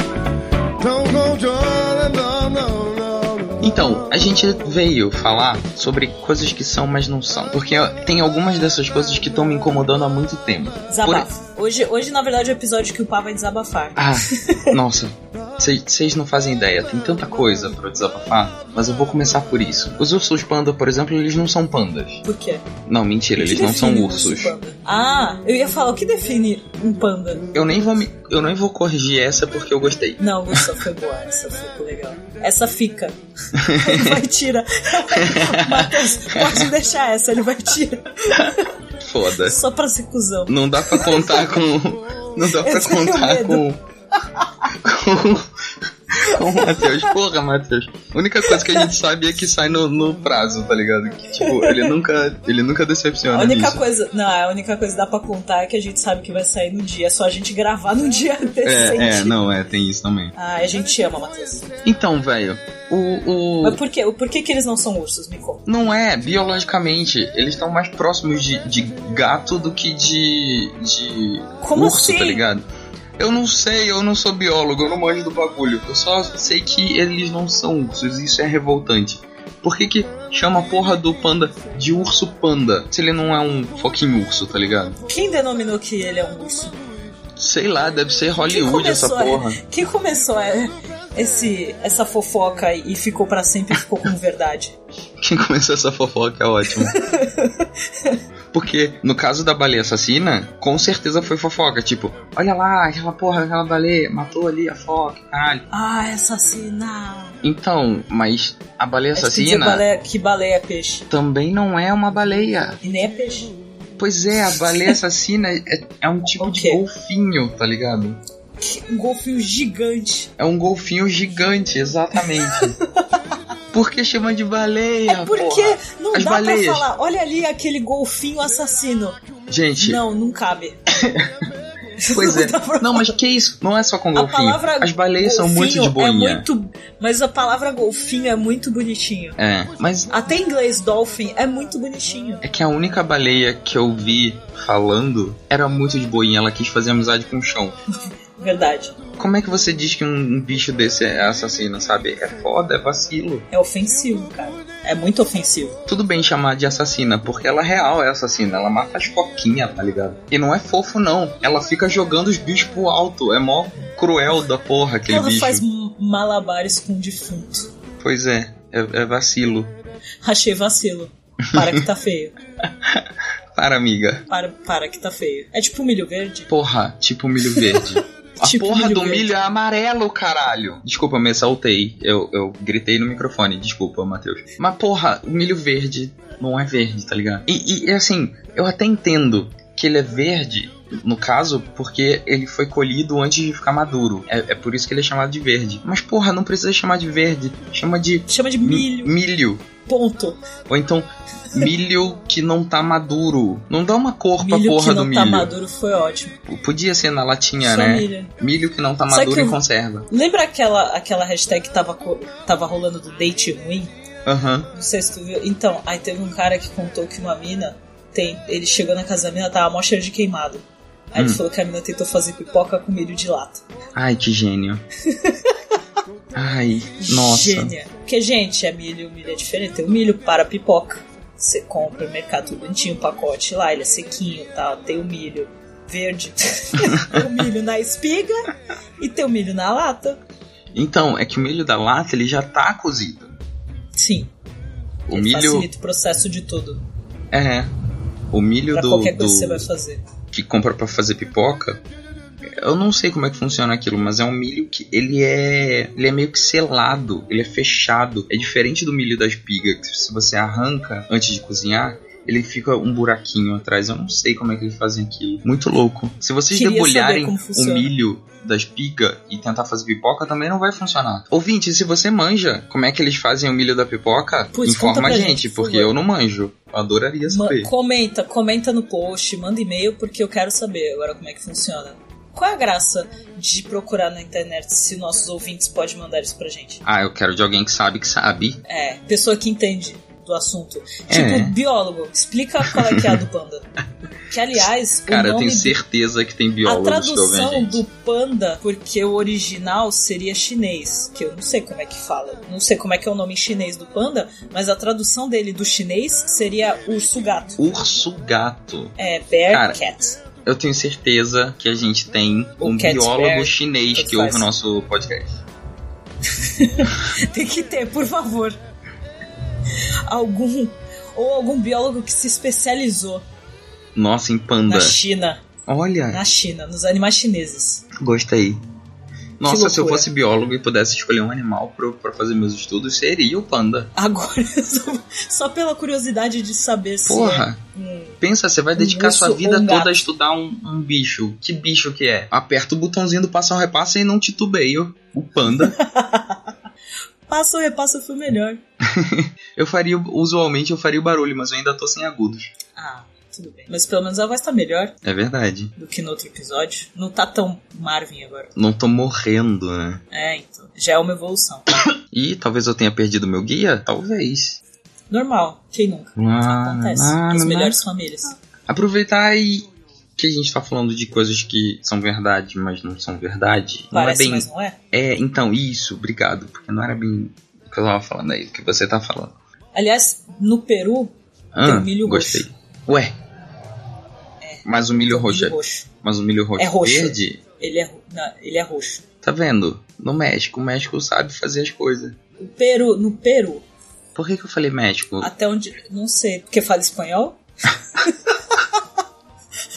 Speaker 5: Don't go drowning, no, no, no, no.
Speaker 2: Então, a gente veio falar sobre coisas que são, mas não são. Porque tem algumas dessas coisas que estão me incomodando há muito tempo. Por-
Speaker 1: Desabafo. Hoje, hoje, na verdade, é o episódio que o Pá vai desabafar.
Speaker 2: Ah, nossa. Vocês não fazem ideia, tem tanta coisa pra eu desabafar, mas eu vou começar por isso. Os ursos panda, por exemplo, eles não são pandas.
Speaker 1: Por quê?
Speaker 2: Não, mentira,
Speaker 1: O que
Speaker 2: eles não são
Speaker 1: define um urso
Speaker 2: ursos.
Speaker 1: panda? Ah, eu ia falar, o que define um panda?
Speaker 2: Eu nem vou me, eu nem vou corrigir essa porque eu gostei.
Speaker 1: Não, é essa foi boa, essa ficou legal. Essa fica. vai, tira. Matheus, pode deixar essa, ele vai tirar.
Speaker 2: Foda.
Speaker 1: Só pra ser cuzão.
Speaker 2: Não dá pra contar com. Não dá pra
Speaker 1: Eu tenho
Speaker 2: contar
Speaker 1: medo.
Speaker 2: com. Com. Com o Matheus. Porra, Matheus. A única coisa que a gente sabe é que sai no, no prazo, tá ligado? Que, tipo, ele nunca, ele nunca decepciona
Speaker 1: A única
Speaker 2: nisso.
Speaker 1: coisa. Não, a única coisa que dá pra contar é que a gente sabe que vai sair no dia. É só a gente gravar no dia decente.
Speaker 2: É, é, não, é, tem isso também.
Speaker 1: Ah, a gente ama, Matheus.
Speaker 2: Então, velho, o.
Speaker 1: Mas
Speaker 2: o...
Speaker 1: por quê? Por que, que eles não são ursos, me conta?
Speaker 2: Não é, biologicamente, eles estão mais próximos de, de gato do que de. de
Speaker 1: Como
Speaker 2: urso,
Speaker 1: assim?
Speaker 2: tá ligado? Eu não sei, eu não sou biólogo, eu não manjo do bagulho. Eu só sei que eles não são ursos, isso é revoltante. Por que que chama a porra do panda de urso panda? Se ele não é um fucking urso, tá ligado?
Speaker 1: Quem denominou que ele é um urso?
Speaker 2: Sei lá, deve ser Hollywood essa
Speaker 1: começou-
Speaker 2: porra.
Speaker 1: Quem começou é, esse, essa fofoca e ficou pra sempre, ficou como verdade?
Speaker 2: Quem começou essa fofoca é ótimo. Porque no caso da baleia assassina, com certeza foi fofoca. Tipo, olha lá, aquela porra, aquela baleia matou ali a foca, caralho.
Speaker 1: Ah, assassina!
Speaker 2: Então, mas a baleia
Speaker 1: É tipo dizer
Speaker 2: assassina
Speaker 1: baleia- que baleia é peixe.
Speaker 2: também não é uma baleia.
Speaker 1: E nem é peixe.
Speaker 2: Pois é, a baleia assassina é, é um tipo de
Speaker 1: Ok.
Speaker 2: golfinho, tá ligado?
Speaker 1: Um golfinho gigante.
Speaker 2: É um golfinho gigante, exatamente. Por que chama de baleia?
Speaker 1: É porque
Speaker 2: porra?
Speaker 1: não
Speaker 2: As
Speaker 1: dá
Speaker 2: baleias.
Speaker 1: pra falar, olha ali aquele golfinho assassino.
Speaker 2: Gente,
Speaker 1: Não, não cabe.
Speaker 2: pois
Speaker 1: Não
Speaker 2: é.
Speaker 1: dá pra
Speaker 2: Não, mas que isso? Não é só com
Speaker 1: A
Speaker 2: golfinho.
Speaker 1: palavra
Speaker 2: As baleias são muito de
Speaker 1: golfinho
Speaker 2: boinha.
Speaker 1: É muito, mas a palavra golfinho é muito bonitinho.
Speaker 2: É, mas
Speaker 1: Até em inglês dolphin é muito bonitinho.
Speaker 2: é que a única baleia que eu vi falando era muito de boinha. Ela quis fazer amizade com o chão.
Speaker 1: Verdade.
Speaker 2: Como é que você diz que um, um bicho desse é assassino, sabe? É foda, é vacilo.
Speaker 1: É ofensivo, cara. É muito ofensivo.
Speaker 2: Tudo bem chamar de assassina, porque ela real é assassina. Ela mata as foquinhas, tá ligado? E não é fofo, não. Ela fica jogando os bichos pro alto. É mó cruel da porra aquele
Speaker 1: Ela
Speaker 2: bicho.
Speaker 1: faz m- malabares com o defunto.
Speaker 2: Pois é, é, é vacilo.
Speaker 1: Achei vacilo. Para que tá feio.
Speaker 2: Para, amiga.
Speaker 1: Para, para que tá feio. É tipo milho verde.
Speaker 2: Porra, tipo milho verde. A
Speaker 1: Tipo
Speaker 2: porra
Speaker 1: milho
Speaker 2: do
Speaker 1: verde.
Speaker 2: milho é amarelo, caralho. Desculpa, eu me exaltei. Eu, eu gritei no microfone, desculpa, Matheus. Mas porra, o milho verde não é verde, tá ligado? E, e assim, eu até entendo que ele é verde, no caso, porque ele foi colhido antes de ficar maduro. É, é por isso que ele é chamado de verde. Mas porra, não precisa chamar de verde. Chama de
Speaker 1: Chama de
Speaker 2: mi-
Speaker 1: milho.
Speaker 2: milho.
Speaker 1: Ponto.
Speaker 2: Ou então, milho que não tá maduro. Não dá uma cor pra
Speaker 1: Milho
Speaker 2: porra
Speaker 1: que
Speaker 2: do
Speaker 1: não
Speaker 2: milho.
Speaker 1: tá maduro foi ótimo.
Speaker 2: Podia ser na latinha,
Speaker 1: Só
Speaker 2: né?
Speaker 1: milho.
Speaker 2: Milho que não tá
Speaker 1: Sabe
Speaker 2: maduro
Speaker 1: que
Speaker 2: e
Speaker 1: eu-
Speaker 2: conserva.
Speaker 1: Lembra aquela, aquela hashtag que tava, co- tava rolando do date ruim?
Speaker 2: Aham.
Speaker 1: Não sei se tu viu. Então, aí teve um cara que contou que uma mina tem. Ele chegou na casa da mina, tava mó cheiro de queimado. Aí
Speaker 2: Hum.
Speaker 1: ele falou que a mina tentou fazer pipoca com milho de lata.
Speaker 2: Ai, que gênio. Ai, nossa.
Speaker 1: Gênia. Porque, gente, é milho, milho é diferente. Tem o milho para pipoca. Você compra no mercado tudo bonitinho, o pacote lá, ele é sequinho tá? Tem o milho verde, tem o milho na espiga e tem o milho na lata.
Speaker 2: Então, é que o milho da lata, ele já tá cozido.
Speaker 1: Sim,
Speaker 2: O
Speaker 1: ele
Speaker 2: milho...
Speaker 1: facilita o processo de tudo.
Speaker 2: É. O milho
Speaker 1: Pra
Speaker 2: do...
Speaker 1: qualquer coisa que você
Speaker 2: do-
Speaker 1: vai fazer.
Speaker 2: que compra pra fazer pipoca... Eu não sei como é que funciona aquilo, mas é um milho que ele é, ele é meio que selado, ele é fechado. É diferente do milho da espiga, que se você arranca antes de cozinhar, ele fica um buraquinho atrás. Eu não sei como é que eles fazem aquilo. Muito louco. Se vocês
Speaker 1: Queria saber
Speaker 2: debulharem
Speaker 1: como
Speaker 2: o
Speaker 1: funciona.
Speaker 2: milho da espiga e tentar fazer pipoca, também não vai funcionar. Ouvinte, se você manja como é que eles fazem o milho da pipoca,
Speaker 1: Putz,
Speaker 2: informa
Speaker 1: conta
Speaker 2: a
Speaker 1: pra
Speaker 2: gente,
Speaker 1: gente, por
Speaker 2: porque
Speaker 1: favor.
Speaker 2: eu não manjo. Eu adoraria
Speaker 1: Ma-
Speaker 2: saber.
Speaker 1: comenta, comenta no post, manda e-mail, porque eu quero saber agora como é que funciona. Qual é a graça de procurar na internet se nossos ouvintes podem mandar isso pra gente?
Speaker 2: Ah, eu quero de alguém que sabe que sabe.
Speaker 1: É, pessoa que entende do assunto.
Speaker 2: É.
Speaker 1: Tipo, biólogo, explica qual é que é a do panda. Que, aliás, o
Speaker 2: Cara, eu
Speaker 1: nome
Speaker 2: tenho certeza que tem
Speaker 1: a
Speaker 2: biólogos que ouvem a
Speaker 1: tradução
Speaker 2: gente.
Speaker 1: do panda, porque o original seria chinês, que eu não sei como é que fala, não sei como é que é o nome em chinês do panda, mas a tradução dele do chinês seria urso gato.
Speaker 2: Urso gato.
Speaker 1: É, bear
Speaker 2: Cara,
Speaker 1: cat.
Speaker 2: Eu tenho certeza que a gente tem
Speaker 1: O
Speaker 2: um
Speaker 1: Cat
Speaker 2: biólogo
Speaker 1: Bear,
Speaker 2: chinês
Speaker 1: tanto
Speaker 2: que ouve
Speaker 1: faz.
Speaker 2: o nosso podcast.
Speaker 1: Tem que ter, por favor. Algum. Ou algum biólogo que se especializou
Speaker 2: Nossa, em panda.
Speaker 1: na China.
Speaker 2: Olha,
Speaker 1: Na China, nos animais chineses.
Speaker 2: Gostei. Nossa, se eu
Speaker 1: loucura.
Speaker 2: fosse biólogo e pudesse escolher um animal pra, pra fazer meus estudos, seria o panda.
Speaker 1: Agora, só, só pela curiosidade de saber se. é.
Speaker 2: Porra! Pensa, você vai
Speaker 1: Um
Speaker 2: dedicar sua
Speaker 1: urso
Speaker 2: vida
Speaker 1: ou um
Speaker 2: toda
Speaker 1: gato.
Speaker 2: a estudar um, um bicho. Que bicho que é? Aperta o botãozinho do passar um repasse e não titubeio. O panda.
Speaker 1: Passa ou repassa foi melhor.
Speaker 2: eu faria, o- usualmente eu faria o barulho, mas eu ainda tô sem agudos.
Speaker 1: Ah, tudo bem. Mas pelo menos a voz tá melhor
Speaker 2: É verdade.
Speaker 1: do que no outro episódio. Não tá tão Marvin agora.
Speaker 2: Não tô morrendo, né?
Speaker 1: É, então. Já é uma evolução.
Speaker 2: Ih, talvez eu tenha perdido meu guia? Talvez.
Speaker 1: Normal, quem nunca?
Speaker 2: Ah,
Speaker 1: Acontece.
Speaker 2: ah,
Speaker 1: As
Speaker 2: ah.
Speaker 1: melhores famílias.
Speaker 2: aproveitar e que a gente tá falando de coisas que são verdade, mas não são verdade. não é
Speaker 1: Parece,
Speaker 2: bem.
Speaker 1: mas não é?
Speaker 2: É, então, isso, obrigado. Porque não era bem o que eu tava falando aí, o que você tá falando.
Speaker 1: Aliás, no Peru,
Speaker 2: Ah,
Speaker 1: milho
Speaker 2: gostei. Ué. Mas o milho roxo,
Speaker 1: milho
Speaker 2: é-
Speaker 1: roxo.
Speaker 2: mas o milho roxo,
Speaker 1: É roxo.
Speaker 2: verde,
Speaker 1: Ele é, ro- não, ele é roxo.
Speaker 2: Tá vendo? No México. O México sabe fazer as coisas.
Speaker 1: O Peru, no Peru,
Speaker 2: Por que, que eu falei México?
Speaker 1: até onde. Não sei, porque fala espanhol?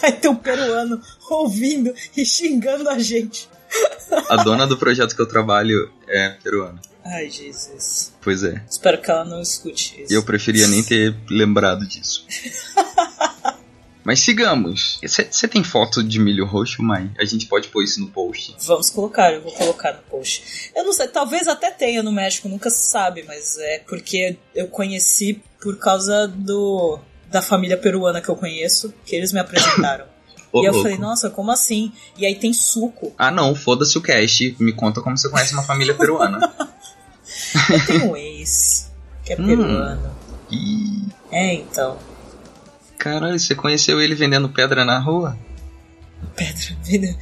Speaker 1: Aí tem um peruano ouvindo e xingando a gente.
Speaker 2: A dona do projeto que eu trabalho é peruana.
Speaker 1: Ai, Jesus.
Speaker 2: Pois é.
Speaker 1: Espero que ela não escute isso.
Speaker 2: Eu preferia nem ter lembrado disso. Mas sigamos. Você tem foto de milho roxo, mãe? A gente pode pôr isso no post.
Speaker 1: Vamos colocar, eu vou colocar no post. Eu não sei, talvez até tenha no México, nunca se sabe, mas é porque eu conheci por causa do da família peruana que eu conheço, que eles me apresentaram.
Speaker 2: Ô,
Speaker 1: e eu
Speaker 2: louco.
Speaker 1: falei, nossa, como assim? E aí tem suco.
Speaker 2: Ah não, foda-se o cast. Me conta como você conhece uma família peruana.
Speaker 1: Eu tenho um ex, que é peruano.
Speaker 2: Hum. Ih,
Speaker 1: É, então.
Speaker 2: caralho, você conheceu ele vendendo pedra na rua?
Speaker 1: Pedro, vida-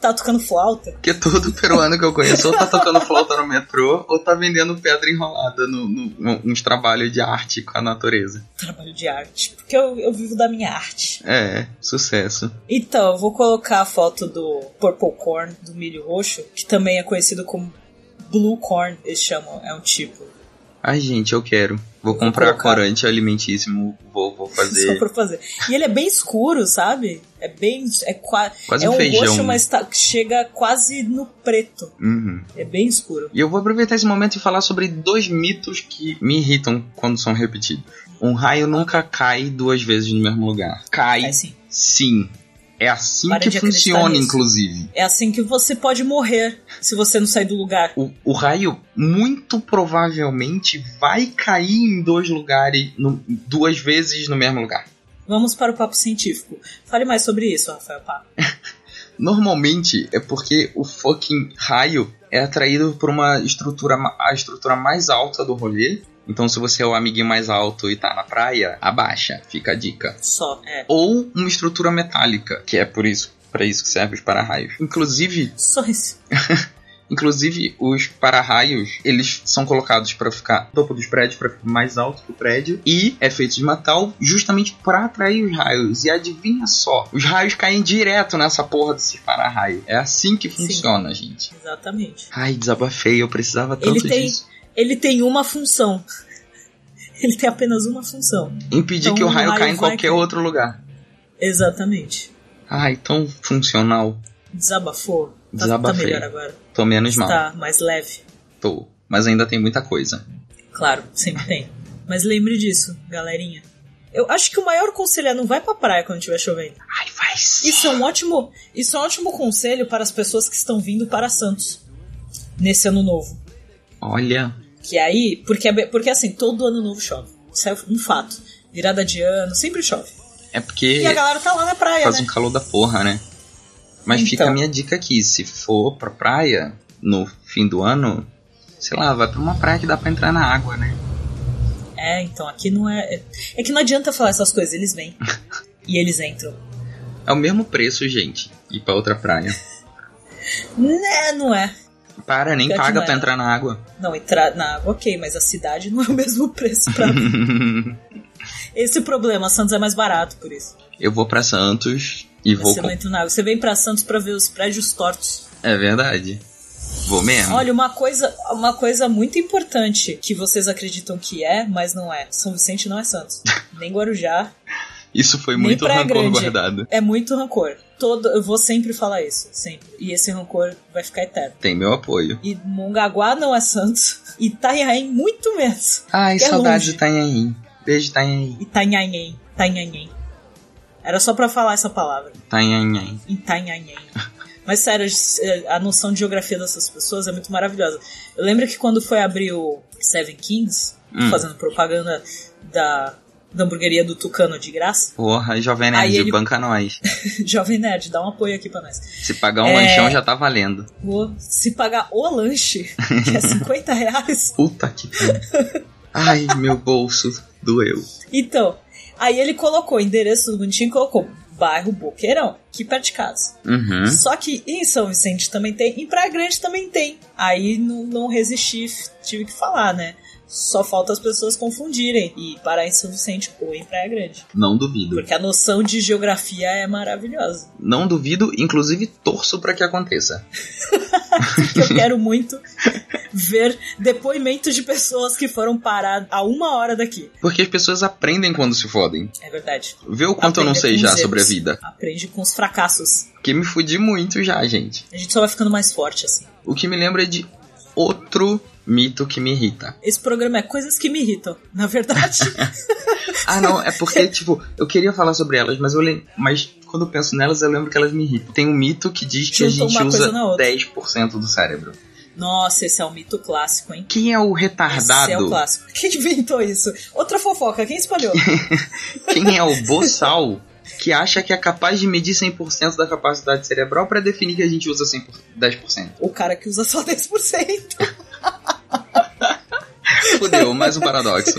Speaker 1: tá tocando flauta?
Speaker 2: Porque todo peruano que eu conheço ou tá tocando flauta no metrô ou tá vendendo pedra enrolada no, no- uns trabalhos de arte com a natureza.
Speaker 1: Trabalho de arte. Porque eu, eu vivo da minha arte.
Speaker 2: É, sucesso.
Speaker 1: Então, eu vou colocar a foto do purple corn, do milho roxo, que também é conhecido como blue corn, eles chamam, é um tipo.
Speaker 2: Ai, gente, eu quero. Vou comprar
Speaker 1: colocar.
Speaker 2: corante alimentíssimo, vou, vou
Speaker 1: Só
Speaker 2: fazer.
Speaker 1: por fazer. E ele é bem escuro, sabe? É bem. É, qua-
Speaker 2: Quase
Speaker 1: é
Speaker 2: um
Speaker 1: um
Speaker 2: feijão, né?
Speaker 1: roxo, mas tá- chega quase no preto.
Speaker 2: Uhum.
Speaker 1: É bem escuro.
Speaker 2: E eu vou aproveitar esse momento e falar sobre dois mitos que me irritam quando são repetidos. Um raio nunca cai duas vezes no mesmo lugar. Cai,
Speaker 1: É assim.
Speaker 2: sim. É assim
Speaker 1: Para
Speaker 2: que
Speaker 1: de acreditar
Speaker 2: funciona,
Speaker 1: nisso.
Speaker 2: inclusive.
Speaker 1: É assim que você pode morrer se você não sair do lugar.
Speaker 2: O, o raio muito provavelmente vai cair em dois lugares, no- duas vezes no mesmo lugar.
Speaker 1: Vamos para o papo científico. Fale mais sobre isso, Rafael Papo.
Speaker 2: Normalmente é porque o fucking raio é atraído por uma estrutura, ma- a estrutura mais alta do rolê. Então, se você é o amiguinho mais alto e tá na praia, abaixa, fica a dica.
Speaker 1: Só, é.
Speaker 2: Ou uma estrutura metálica, que é por isso, para isso que serve os para-raios. Inclusive,
Speaker 1: Só isso.
Speaker 2: inclusive os para-raios, eles são colocados para ficar no topo dos prédios, para ficar mais alto que o prédio, e é feito de metal justamente para atrair os raios. E adivinha só, os raios caem direto nessa porra desses para-raio. É assim que
Speaker 1: Sim.
Speaker 2: funciona, gente.
Speaker 1: Exatamente.
Speaker 2: Ai, desabafei, eu precisava tanto
Speaker 1: Ele tem-
Speaker 2: disso.
Speaker 1: Ele tem uma função. Ele tem apenas uma função.
Speaker 2: Impedir
Speaker 1: Então,
Speaker 2: que o
Speaker 1: um
Speaker 2: raio,
Speaker 1: raio
Speaker 2: caia em
Speaker 1: vai
Speaker 2: qualquer
Speaker 1: cair.
Speaker 2: outro lugar.
Speaker 1: Exatamente.
Speaker 2: Ai, tão funcional.
Speaker 1: Desabafou. Tá- Tá,
Speaker 2: Desabafei.
Speaker 1: melhor agora.
Speaker 2: Tô menos mal.
Speaker 1: Tá mais leve.
Speaker 2: Tô. Mas ainda tem muita coisa.
Speaker 1: Claro, sempre tem. Mas lembre disso, galerinha. Eu acho que o maior conselho é não vai pra praia quando estiver chovendo.
Speaker 2: Ai, vai sim.
Speaker 1: Isso é um ótimo, isso é um ótimo conselho para as pessoas que estão vindo para Santos nesse ano novo.
Speaker 2: Olha.
Speaker 1: Que aí, porque, é be- porque assim, todo ano novo chove. Isso é um fato. Virada de ano, sempre chove.
Speaker 2: É porque
Speaker 1: E a galera tá lá na praia,
Speaker 2: faz
Speaker 1: né?
Speaker 2: um calor da porra, né? Mas fica
Speaker 1: Então.
Speaker 2: a minha dica aqui. Se for pra praia, no fim do ano, sei lá, vai pra uma praia que dá pra entrar na água, né?
Speaker 1: É, então aqui não é. é- É que não adianta falar essas coisas, eles vêm. e eles entram.
Speaker 2: É o mesmo preço, gente. Ir pra outra praia.
Speaker 1: Né, não é.
Speaker 2: Para, nem
Speaker 1: Pior que
Speaker 2: paga
Speaker 1: não
Speaker 2: pra
Speaker 1: é.
Speaker 2: entrar na água.
Speaker 1: Não, entrar na água, ok, mas a cidade não é o mesmo preço pra mim. Esse é o problema, Santos é mais barato por isso.
Speaker 2: eu vou pra Santos e vou
Speaker 1: Você não entra na água. Você vem pra Santos pra ver os prédios tortos.
Speaker 2: É verdade. Vou mesmo.
Speaker 1: Olha, uma coisa, uma coisa muito importante que vocês acreditam que é, mas não é. São Vicente não é Santos. Nem Guarujá.
Speaker 2: Isso foi
Speaker 1: nem
Speaker 2: muito
Speaker 1: Praia
Speaker 2: rancor
Speaker 1: Grande.
Speaker 2: guardado.
Speaker 1: É muito rancor. Todo, eu vou sempre falar isso, sempre. E esse rancor vai ficar eterno.
Speaker 2: Tem meu apoio.
Speaker 1: E Mongaguá não é Santos. E Itanhaém muito menos.
Speaker 2: Ai,
Speaker 1: É longe.
Speaker 2: saudade de Itanhaém. Beijo, Itanhaém.
Speaker 1: Itanhaém, Itanhaém. Era só pra falar essa palavra.
Speaker 2: Itanhaém.
Speaker 1: Itanhaém. tá Mas sério, eh, a noção de geografia dessas pessoas é muito maravilhosa. Eu lembro que quando foi abrir o Seven Kings,
Speaker 2: Hum.
Speaker 1: fazendo propaganda da, da hamburgueria do Tucano de graça,
Speaker 2: Porra, Jovem Nerd,
Speaker 1: Aí ele-
Speaker 2: banca nós.
Speaker 1: Jovem Nerd, dá um apoio aqui pra nós.
Speaker 2: Se pagar um
Speaker 1: É.
Speaker 2: lanchão já tá valendo.
Speaker 1: Vou se pagar o lanche, que é 50 reais.
Speaker 2: Puta que pariu. Ai, meu bolso doeu.
Speaker 1: Então, aí ele colocou o endereço do bonitinho e colocou bairro Boqueirão, que perto de casa.
Speaker 2: Uhum.
Speaker 1: Só que em São Vicente também tem, em Praia Grande também tem. Aí não, não resisti, f- tive que falar, né? Só falta as pessoas confundirem e parar em São Vicente ou em Praia Grande.
Speaker 2: Não duvido.
Speaker 1: Porque a noção de geografia é maravilhosa.
Speaker 2: Não duvido, inclusive torço pra que aconteça.
Speaker 1: Porque eu quero muito ver depoimentos de pessoas que foram parar a uma hora daqui.
Speaker 2: Porque as pessoas aprendem quando se fodem.
Speaker 1: É verdade.
Speaker 2: Vê o quanto eu não
Speaker 1: Aprender
Speaker 2: sei
Speaker 1: com
Speaker 2: já
Speaker 1: os
Speaker 2: sobre a
Speaker 1: erros.
Speaker 2: vida.
Speaker 1: Aprende com os fracassos.
Speaker 2: Que me fudi muito já, gente.
Speaker 1: A gente só vai ficando mais forte, assim.
Speaker 2: O que me lembra é de outro mito que me irrita.
Speaker 1: Esse programa é coisas que me irritam, na verdade.
Speaker 2: Ah, não, é porque, tipo, eu queria falar sobre elas, mas eu lem... mas quando eu penso nelas, eu lembro que elas me irritam. Tem um mito que diz que
Speaker 1: Juntam
Speaker 2: a gente
Speaker 1: uma coisa
Speaker 2: usa
Speaker 1: na outra.
Speaker 2: 10% do cérebro.
Speaker 1: Nossa, esse é um mito clássico, hein?
Speaker 2: Quem é o
Speaker 1: Esse é o
Speaker 2: retardado?
Speaker 1: clássico. Quem inventou isso? Outra fofoca, quem espalhou?
Speaker 2: Quem é o boçal que acha que é capaz de medir 100% da capacidade cerebral pra definir que a gente usa 100%, 10%?
Speaker 1: o cara que usa só 10%.
Speaker 2: Fudeu, mais um paradoxo.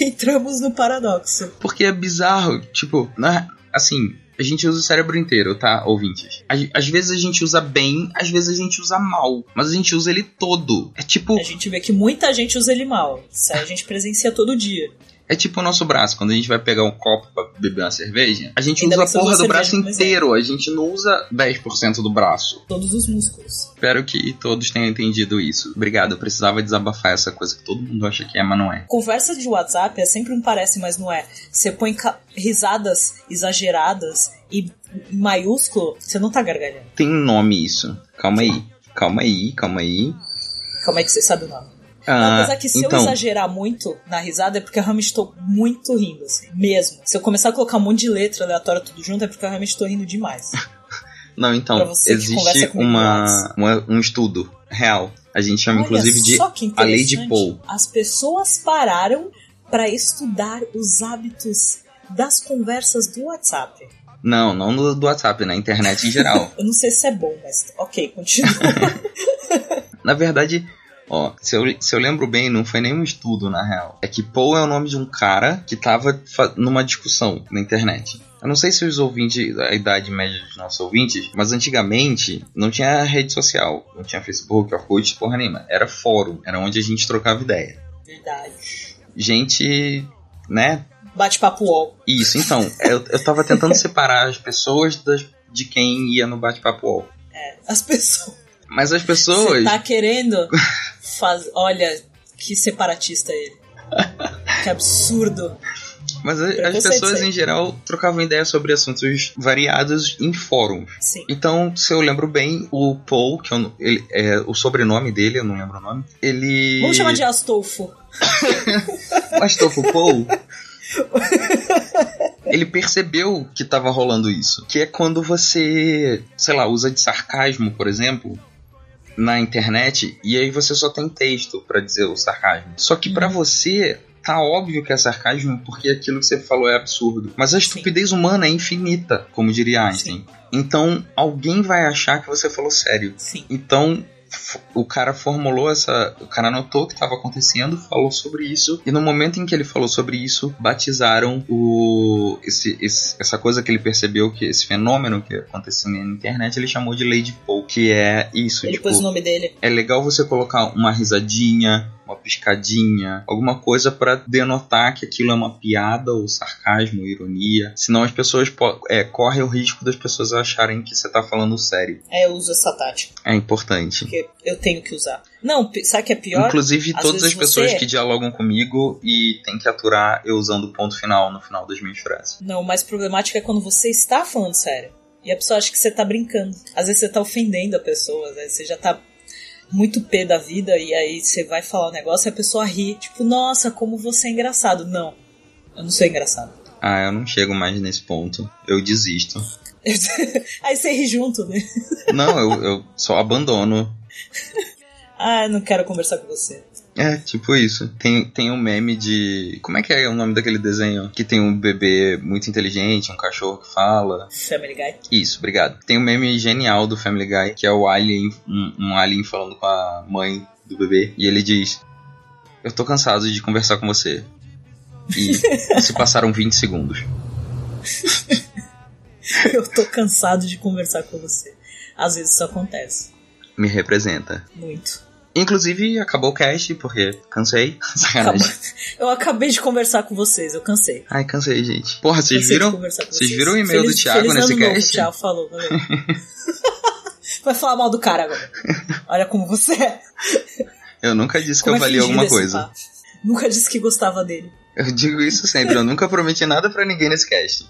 Speaker 1: Entramos no paradoxo.
Speaker 2: Porque é bizarro, tipo, na- assim, a gente usa o cérebro inteiro, tá, ouvintes? Às, às vezes a gente usa bem, às vezes a gente usa mal, mas a gente usa ele todo. É tipo,
Speaker 1: A gente vê que muita gente usa ele mal. Isso aí a gente presencia todo dia.
Speaker 2: é tipo o nosso braço, quando a gente vai pegar um copo pra beber uma cerveja, a gente
Speaker 1: Ainda bem que
Speaker 2: usa
Speaker 1: você
Speaker 2: a porra
Speaker 1: usa
Speaker 2: do braço
Speaker 1: cerveja, mas é.
Speaker 2: inteiro, a gente não usa 10% do braço.
Speaker 1: Todos os músculos.
Speaker 2: Espero que todos tenham entendido isso. Obrigado, eu precisava desabafar essa coisa que todo mundo acha que é, mas não é.
Speaker 1: Conversa de WhatsApp é sempre um parece, mas não é. Você põe ca- risadas exageradas e maiúsculo, você não tá gargalhando.
Speaker 2: Tem um nome isso. Calma aí, calma aí, calma aí.
Speaker 1: Como é que você sabe o nome?
Speaker 2: Ah,
Speaker 1: Apesar que se eu
Speaker 2: então,
Speaker 1: exagerar muito na risada é porque eu realmente tô muito rindo, assim. Mesmo. Se eu começar a colocar um monte de letra aleatória tudo junto é porque eu realmente tô rindo demais.
Speaker 2: Não,
Speaker 1: Pra
Speaker 2: então,
Speaker 1: você que conversa
Speaker 2: existe
Speaker 1: comigo
Speaker 2: uma, uma- um estudo real. A gente chama, inclusive, de
Speaker 1: só que
Speaker 2: a lei de
Speaker 1: interessante.
Speaker 2: Paul.
Speaker 1: As pessoas pararam pra estudar os hábitos das conversas do WhatsApp.
Speaker 2: Não, não do, do WhatsApp, na internet em geral.
Speaker 1: Eu não sei se é bom, mas ok, continua.
Speaker 2: na verdade, ó, se eu, se eu lembro bem, não foi nenhum estudo, na real. É que Paul é o nome de um cara que tava fa- numa discussão na internet. Eu não sei se os ouvintes, a idade média dos nossos ouvintes, mas antigamente não tinha rede social, não tinha Facebook, Orkut, porra nenhuma. Era fórum, era onde a gente trocava ideia.
Speaker 1: Verdade.
Speaker 2: Gente, né,
Speaker 1: Bate-papo UOL.
Speaker 2: Isso, então, eu, eu tava tentando separar as pessoas das, de quem ia no bate-papo UOL.
Speaker 1: As pessoas.
Speaker 2: Mas as
Speaker 1: Você
Speaker 2: pessoas.
Speaker 1: tá querendo fazer. Olha, que separatista ele. Que absurdo.
Speaker 2: Mas a- as
Speaker 1: preconceito,
Speaker 2: pessoas
Speaker 1: isso aí.
Speaker 2: em geral trocavam ideia sobre assuntos variados em fóruns.
Speaker 1: Sim.
Speaker 2: Então, se eu lembro bem, o Paul, que eu não- ele, é, o sobrenome dele, eu não lembro o nome, ele.
Speaker 1: Vamos chamar de Astolfo.
Speaker 2: Astolfo Paul. Ele percebeu que tava rolando isso. Que é quando você, sei lá, usa de sarcasmo, por exemplo, na internet, e aí você só tem texto pra dizer o sarcasmo. Só que pra você. Tá óbvio que é sarcasmo porque aquilo que você falou é absurdo. Mas a estupidez humana é infinita, como diria Einstein. Então alguém vai achar que você falou sério.
Speaker 1: Sim.
Speaker 2: Então, f- o cara formulou essa. O cara notou o que estava acontecendo, falou sobre isso, e no momento em que ele falou sobre isso, batizaram o. Esse, esse- essa coisa que ele percebeu, que esse fenômeno que acontecia na internet, ele chamou de Lady Paul, que é isso.
Speaker 1: Ele
Speaker 2: tipo,
Speaker 1: pôs o nome dele.
Speaker 2: é legal você colocar uma risadinha, uma piscadinha, alguma coisa pra denotar que aquilo é uma piada ou sarcasmo, ironia. Senão as pessoas. po- É, correm o risco das pessoas acharem que você tá falando sério.
Speaker 1: É, eu uso essa tática.
Speaker 2: É importante.
Speaker 1: Porque eu tenho que usar. Não, pi- sabe o que é pior?
Speaker 2: Inclusive,
Speaker 1: às
Speaker 2: todas as
Speaker 1: vezes
Speaker 2: pessoas
Speaker 1: você-
Speaker 2: que dialogam comigo e tem que aturar eu usando o ponto final no final das minhas frases.
Speaker 1: Não, o mais problemático é quando você está falando sério. E a pessoa acha que você tá brincando. Às vezes você tá ofendendo a pessoa, né? você já tá muito pé da vida e aí você vai falar um negócio e a pessoa ri. Tipo, nossa, como você é engraçado. Não, eu não sou engraçado.
Speaker 2: Ah, eu não chego mais nesse ponto. Eu desisto.
Speaker 1: aí você ri junto, né?
Speaker 2: Não, eu, eu só abandono.
Speaker 1: Ah, não quero conversar com você.
Speaker 2: É, tipo isso. Tem, tem um meme de. Como é que é o nome daquele desenho? Que tem um bebê muito inteligente, um cachorro que fala.
Speaker 1: Family Guy.
Speaker 2: Isso, obrigado. Tem um meme genial do Family Guy, que é o Alien, um, um Alien falando com a mãe do bebê. E ele diz: Eu tô cansado de conversar com você. E se passaram 20 segundos.
Speaker 1: Eu tô cansado de conversar com você. Às vezes isso acontece.
Speaker 2: Me representa.
Speaker 1: Muito.
Speaker 2: Inclusive, acabou o cast, porque cansei. Sacanagem.
Speaker 1: Eu acabei de conversar com vocês, eu cansei.
Speaker 2: Ai, cansei, gente. Porra,
Speaker 1: Cansei
Speaker 2: vocês
Speaker 1: de
Speaker 2: viram?
Speaker 1: conversar com
Speaker 2: Vocês viram o e-mail
Speaker 1: Feliz-
Speaker 2: do Thiago
Speaker 1: feliz
Speaker 2: nesse
Speaker 1: ano novo,
Speaker 2: cast?
Speaker 1: Thiago falou, valeu. Vai falar mal do cara agora. Olha como você é.
Speaker 2: Eu nunca disse que
Speaker 1: Como
Speaker 2: eu
Speaker 1: é
Speaker 2: valia
Speaker 1: fingido
Speaker 2: alguma
Speaker 1: esse
Speaker 2: coisa.
Speaker 1: papo. Nunca disse que gostava dele.
Speaker 2: Eu digo isso sempre, eu nunca prometi nada pra ninguém nesse cast.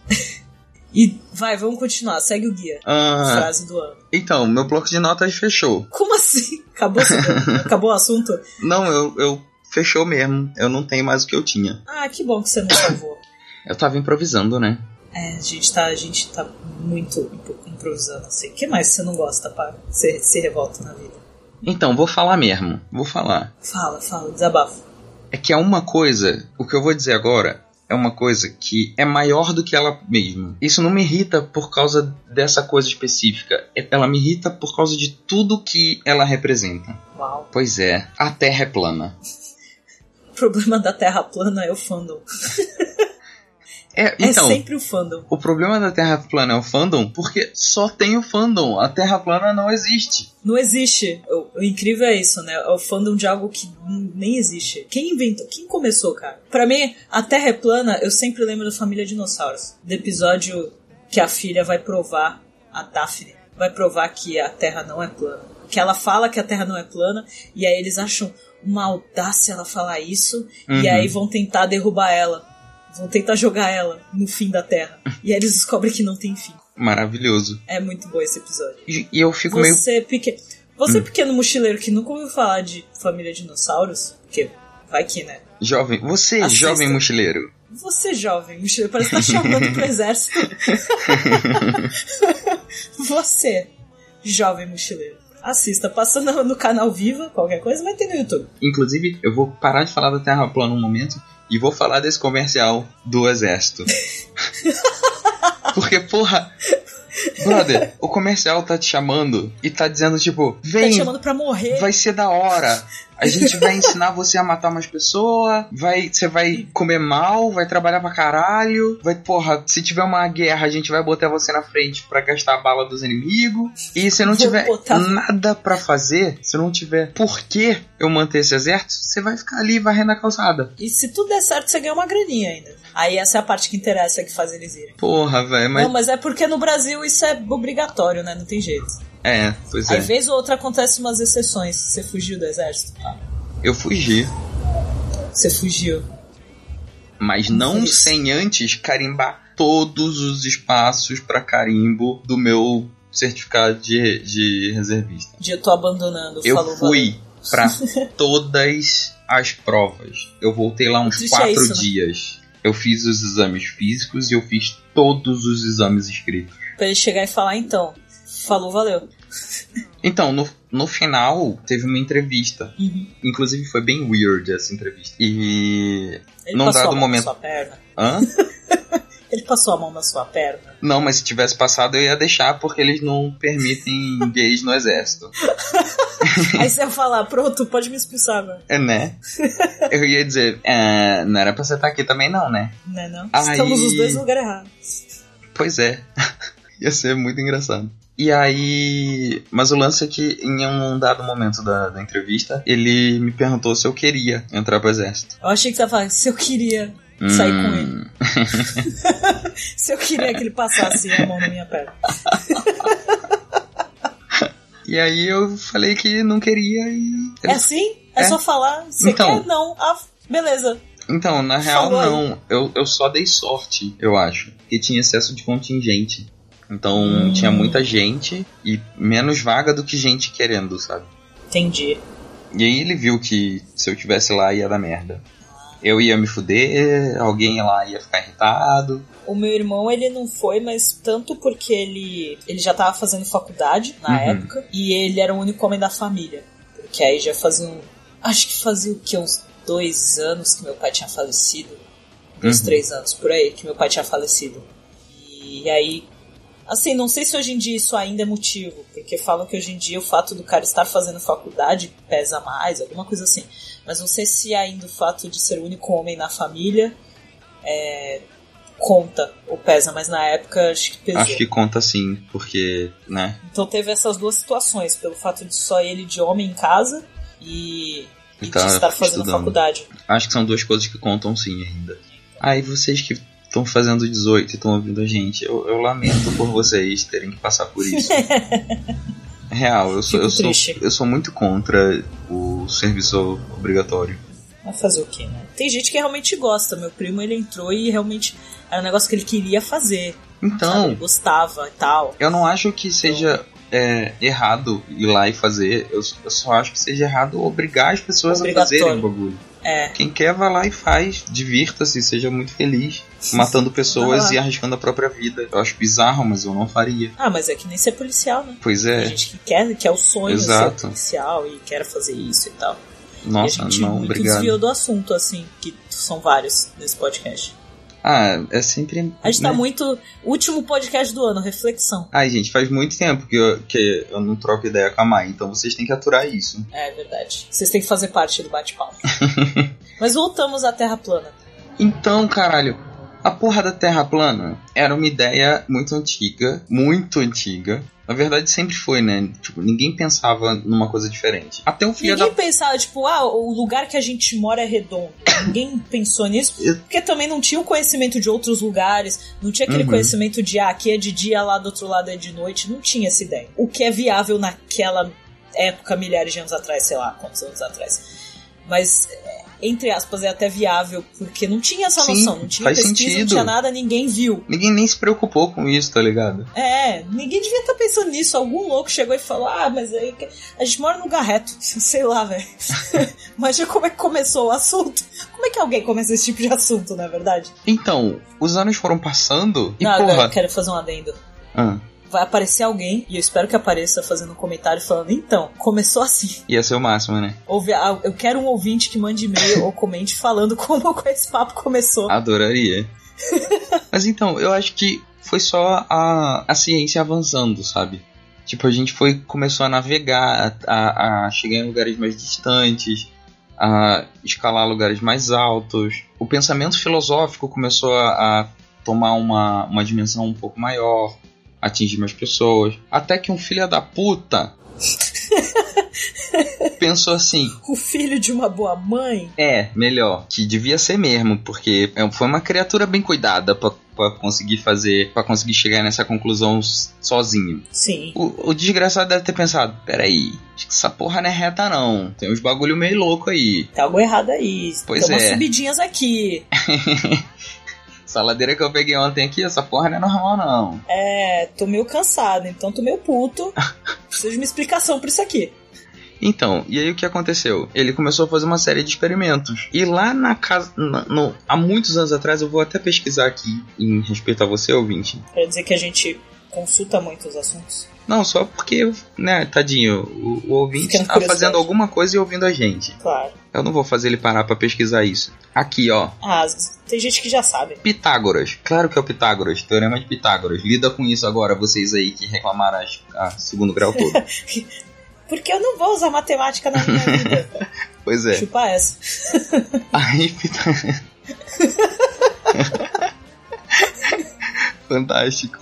Speaker 1: E vai, vamos continuar. Segue o guia.
Speaker 2: Ah,
Speaker 1: Frase do ano.
Speaker 2: então, meu bloco de notas fechou.
Speaker 1: Como assim? Acabou, esse- acabou o assunto?
Speaker 2: Não, eu, eu fechou mesmo. Eu não tenho mais o que eu tinha.
Speaker 1: Ah, que bom que você não salvou.
Speaker 2: Eu tava improvisando, né?
Speaker 1: É, a gente tá, a gente tá muito um pouco improvisando assim. O que mais você não gosta, pá? Você se revolta na vida.
Speaker 2: Então, vou falar mesmo. Vou falar.
Speaker 1: Fala, fala, desabafa.
Speaker 2: É que é uma coisa, o que eu vou dizer agora é uma coisa que é maior do que ela mesma. Isso não me irrita por causa dessa coisa específica. É- Ela me irrita por causa de tudo que ela representa.
Speaker 1: Uau.
Speaker 2: Pois é, a Terra é plana.
Speaker 1: O problema da Terra plana é o fandom.
Speaker 2: É, então,
Speaker 1: é sempre o fandom.
Speaker 2: o problema da Terra plana é o fandom porque só tem o fandom. A Terra plana não existe.
Speaker 1: Não existe. O, o incrível é isso, né? É o fandom de algo que n- nem existe. Quem inventou? Quem começou, cara? Pra mim, a Terra é plana, eu sempre lembro da família Dinossauros. Do episódio que a filha vai provar, a Daphne, vai provar que a Terra não é plana. Que ela fala que a Terra não é plana, e aí eles acham uma audácia ela falar isso,
Speaker 2: Uhum.
Speaker 1: e aí vão tentar derrubar ela. Vão tentar jogar ela no fim da Terra. E aí eles descobrem que não tem fim.
Speaker 2: Maravilhoso.
Speaker 1: É muito bom esse episódio.
Speaker 2: E, e eu Hum. fico meio.
Speaker 1: Você, peque... Você pequeno mochileiro que nunca ouviu falar de família dinossauros, porque vai que, né?
Speaker 2: Jovem. Você, é
Speaker 1: Assista.
Speaker 2: jovem mochileiro.
Speaker 1: Você jovem, mochileiro, parece que tá chamando pro exército. Você, jovem mochileiro, assista. Passa no, no canal Viva, qualquer coisa, vai ter no YouTube.
Speaker 2: Inclusive, eu vou parar de falar da Terra plana um momento e vou falar desse comercial do Exército. Porque, porra. Brother, o comercial tá te chamando e tá dizendo, tipo,
Speaker 1: Tá te
Speaker 2: vem,
Speaker 1: chamando pra morrer.
Speaker 2: vai ser da hora. A gente vai ensinar você a matar umas pessoas, vai, você vai comer mal, vai trabalhar pra caralho, vai, porra, se tiver uma guerra, a gente vai botar você na frente pra gastar a bala dos inimigos. E se não
Speaker 1: Vou
Speaker 2: tiver
Speaker 1: botar-
Speaker 2: nada pra fazer, se não tiver por que eu manter esse exército, você vai ficar ali varrendo a calçada.
Speaker 1: E se tudo der certo, você ganha uma graninha ainda. Aí essa é a parte que interessa, que faz eles irem.
Speaker 2: Porra, velho, mas
Speaker 1: Não, mas é porque no Brasil isso é obrigatório, né? Não tem jeito.
Speaker 2: é, pois
Speaker 1: Às
Speaker 2: é.
Speaker 1: vezes ou outra acontece umas exceções. Você fugiu do exército, pá.
Speaker 2: Eu fugi,
Speaker 1: Você fugiu.
Speaker 2: mas não
Speaker 1: Isso.
Speaker 2: sem antes carimbar todos os espaços pra carimbo do meu certificado de, de reservista.
Speaker 1: De eu tô abandonando.
Speaker 2: Eu
Speaker 1: falou,
Speaker 2: fui pra todas as provas. Eu voltei lá uns
Speaker 1: Triste é
Speaker 2: quatro
Speaker 1: isso, né?
Speaker 2: dias. Eu fiz os exames físicos e eu fiz todos os exames escritos.
Speaker 1: valeu. Pra ele chegar e falar, então. Falou, valeu.
Speaker 2: Então, no, no final, teve uma entrevista.
Speaker 1: Uhum.
Speaker 2: Inclusive, foi bem weird essa entrevista. E.
Speaker 1: Ele
Speaker 2: Não
Speaker 1: passou
Speaker 2: dado
Speaker 1: a mão
Speaker 2: momento.
Speaker 1: na sua perna.
Speaker 2: Hã?
Speaker 1: Ele passou a mão na sua perna.
Speaker 2: Não, mas se tivesse passado, eu ia deixar porque eles não permitem gays no exército.
Speaker 1: Aí você ia falar, pronto, pode me expulsar agora.
Speaker 2: É, né? Eu ia dizer, "Ah, não era pra você estar aqui também, não, né?
Speaker 1: Não é não?
Speaker 2: Aí-
Speaker 1: Estamos os dois no lugar errado.
Speaker 2: Pois é. Ia ser muito engraçado. E aí. Mas o lance é que em um dado momento da, da entrevista, ele me perguntou se eu queria entrar pro exército.
Speaker 1: Eu achei que você ia falar, se eu queria sair com ele.
Speaker 2: Hum,
Speaker 1: Se eu queria que ele passasse a mão na minha perna.
Speaker 2: E aí eu falei que não queria e.
Speaker 1: É assim? É,
Speaker 2: É.
Speaker 1: só falar, você
Speaker 2: Então.
Speaker 1: quer? Não. Ah, beleza.
Speaker 2: Então, na real,
Speaker 1: Falou aí.
Speaker 2: não. Eu, eu só dei sorte, eu acho. Porque tinha excesso de contingente. Então tinha muita gente e menos vaga do que gente querendo, sabe?
Speaker 1: Entendi.
Speaker 2: E aí ele viu que se eu tivesse lá ia dar merda. Eu ia me fuder, alguém lá ia ficar irritado.
Speaker 1: O meu irmão, ele não foi, mas tanto porque ele, ele já tava fazendo faculdade na
Speaker 2: Uhum.
Speaker 1: época e ele era o único homem da família. Porque aí já fazia um. Acho que fazia o quê? Uns dois anos que meu pai tinha falecido. Uns
Speaker 2: Uhum.
Speaker 1: três anos por aí que meu pai tinha falecido. E aí. Assim, não sei se hoje em dia isso ainda é motivo, porque falam que hoje em dia o fato do cara estar fazendo faculdade pesa mais, alguma coisa assim. Mas não sei se ainda o fato de ser o único homem na família é, conta ou pesa, mas na época acho que pesou.
Speaker 2: Acho que conta sim, porque, né?
Speaker 1: Então teve essas duas situações, pelo fato de só ele de homem em casa e, e
Speaker 2: Tá
Speaker 1: de estar fazendo
Speaker 2: estudando.
Speaker 1: faculdade.
Speaker 2: Acho que são duas coisas que contam sim ainda. Aí vocês que estão fazendo 18 e estão ouvindo a gente, eu, eu lamento por vocês terem que passar por isso. Real, eu sou,
Speaker 1: Fico
Speaker 2: eu, sou,
Speaker 1: triste.
Speaker 2: eu sou muito contra o serviço obrigatório.
Speaker 1: Vai fazer o quê, né? Tem gente que realmente gosta. Meu primo, ele entrou e realmente era um negócio que ele queria fazer. sabe? Ele
Speaker 2: Então,
Speaker 1: gostava e tal.
Speaker 2: eu não acho que seja é, errado ir lá e fazer, eu, eu só acho que seja errado obrigar as pessoas a
Speaker 1: Obrigatório.
Speaker 2: fazerem o bagulho.
Speaker 1: É.
Speaker 2: Quem quer, vai lá e faz, divirta-se, seja muito feliz, matando pessoas
Speaker 1: lá.
Speaker 2: e arriscando a própria vida. Eu acho bizarro, mas eu não faria.
Speaker 1: Ah, mas é que nem ser policial, né?
Speaker 2: Pois
Speaker 1: Tem
Speaker 2: é,
Speaker 1: gente que quer, que é o sonho
Speaker 2: Exato.
Speaker 1: ser policial e quer fazer isso e tal. e
Speaker 2: nossa,
Speaker 1: a gente
Speaker 2: não,
Speaker 1: muito
Speaker 2: obrigado.
Speaker 1: desviou do assunto, assim, que são vários nesse podcast.
Speaker 2: Ah, é sempre.
Speaker 1: A gente
Speaker 2: né?
Speaker 1: tá muito. Último podcast do ano, reflexão.
Speaker 2: Ai, gente, faz muito tempo que eu, que eu não troco ideia com a Mai, então vocês têm que aturar isso.
Speaker 1: É verdade. Vocês têm que fazer parte do bate-papo. Mas voltamos à Terra plana.
Speaker 2: Então, caralho, a porra da Terra plana era uma ideia muito antiga, muito antiga. Na verdade, sempre foi, né? Tipo, ninguém pensava numa coisa diferente. Até um filho
Speaker 1: Ninguém
Speaker 2: da.
Speaker 1: pensava, tipo, ah, o lugar que a gente mora é redondo. Ninguém pensou nisso.
Speaker 2: Eu-
Speaker 1: Porque também não tinha o conhecimento de outros lugares, não tinha aquele
Speaker 2: Uhum.
Speaker 1: conhecimento de ah, aqui é de dia, lá do outro lado é de noite. Não tinha essa ideia. O que é viável naquela época, milhares de anos atrás, sei lá, quantos anos atrás. Mas, é, entre aspas, é até viável, porque não tinha essa
Speaker 2: Sim,
Speaker 1: noção, não tinha
Speaker 2: faz
Speaker 1: pesquisa, não
Speaker 2: sentido.
Speaker 1: tinha nada, ninguém viu.
Speaker 2: Ninguém nem se preocupou com isso, tá ligado?
Speaker 1: É, ninguém devia estar pensando nisso. Algum louco chegou e falou: Ah, mas aí que- a gente mora num lugar reto. Sei lá, velho. Imagina como é que começou o assunto. Como é que alguém começa esse tipo de assunto, na verdade?
Speaker 2: Então, os anos foram passando e
Speaker 1: não, agora
Speaker 2: porra.
Speaker 1: eu quero fazer um adendo.
Speaker 2: Ah,
Speaker 1: Vai aparecer alguém, e eu espero que apareça fazendo um comentário falando: Então, começou assim.
Speaker 2: ia ser o máximo, né?
Speaker 1: Ouvi- ah, Eu quero um ouvinte que mande e-mail ou comente falando como esse papo começou.
Speaker 2: Adoraria. Mas então, eu acho que foi só a, a ciência avançando, sabe? Tipo, a gente foi começou a navegar, a, a- a chegar em lugares mais distantes, a escalar lugares mais altos. O pensamento filosófico começou a, a tomar uma, uma dimensão um pouco maior, atingir mais pessoas. Até que um filho da puta pensou assim:
Speaker 1: O filho de uma boa mãe.
Speaker 2: é, melhor. Que devia ser mesmo, porque é, foi uma criatura bem cuidada pra, pra conseguir fazer, pra conseguir chegar nessa conclusão s- sozinho.
Speaker 1: Sim.
Speaker 2: O, o desgraçado deve ter pensado: peraí, acho que essa porra não é reta não. Tem uns bagulho meio louco aí.
Speaker 1: Tá algo errado aí.
Speaker 2: Pois
Speaker 1: Tem umas
Speaker 2: é.
Speaker 1: subidinhas aqui.
Speaker 2: Essa ladeira que eu peguei ontem aqui, essa porra não é normal não.
Speaker 1: É, tô meio cansado, então tô meio puto. Preciso de uma explicação pra isso aqui.
Speaker 2: Então, e aí o que aconteceu? Ele começou a fazer uma série de experimentos. E lá na casa. na- no- há muitos anos atrás, eu vou até pesquisar aqui em respeito a você, ouvinte.
Speaker 1: Quer dizer que a gente consulta muito os assuntos.
Speaker 2: Não, só porque, né, tadinho, o, o ouvinte
Speaker 1: Fica na
Speaker 2: tá
Speaker 1: curiosidade.
Speaker 2: fazendo alguma coisa e ouvindo a gente.
Speaker 1: Claro.
Speaker 2: Eu não vou fazer ele parar pra pesquisar isso. Aqui, ó.
Speaker 1: Ah, as- tem gente que já sabe.
Speaker 2: Pitágoras. Claro que é o Pitágoras, Teorema de Pitágoras. Lida com isso agora, vocês aí que reclamaram as, a segundo grau todo.
Speaker 1: Porque eu não vou usar matemática na minha vida.
Speaker 2: pois é.
Speaker 1: Chupa essa.
Speaker 2: Aí, Pitágoras. Fantástico.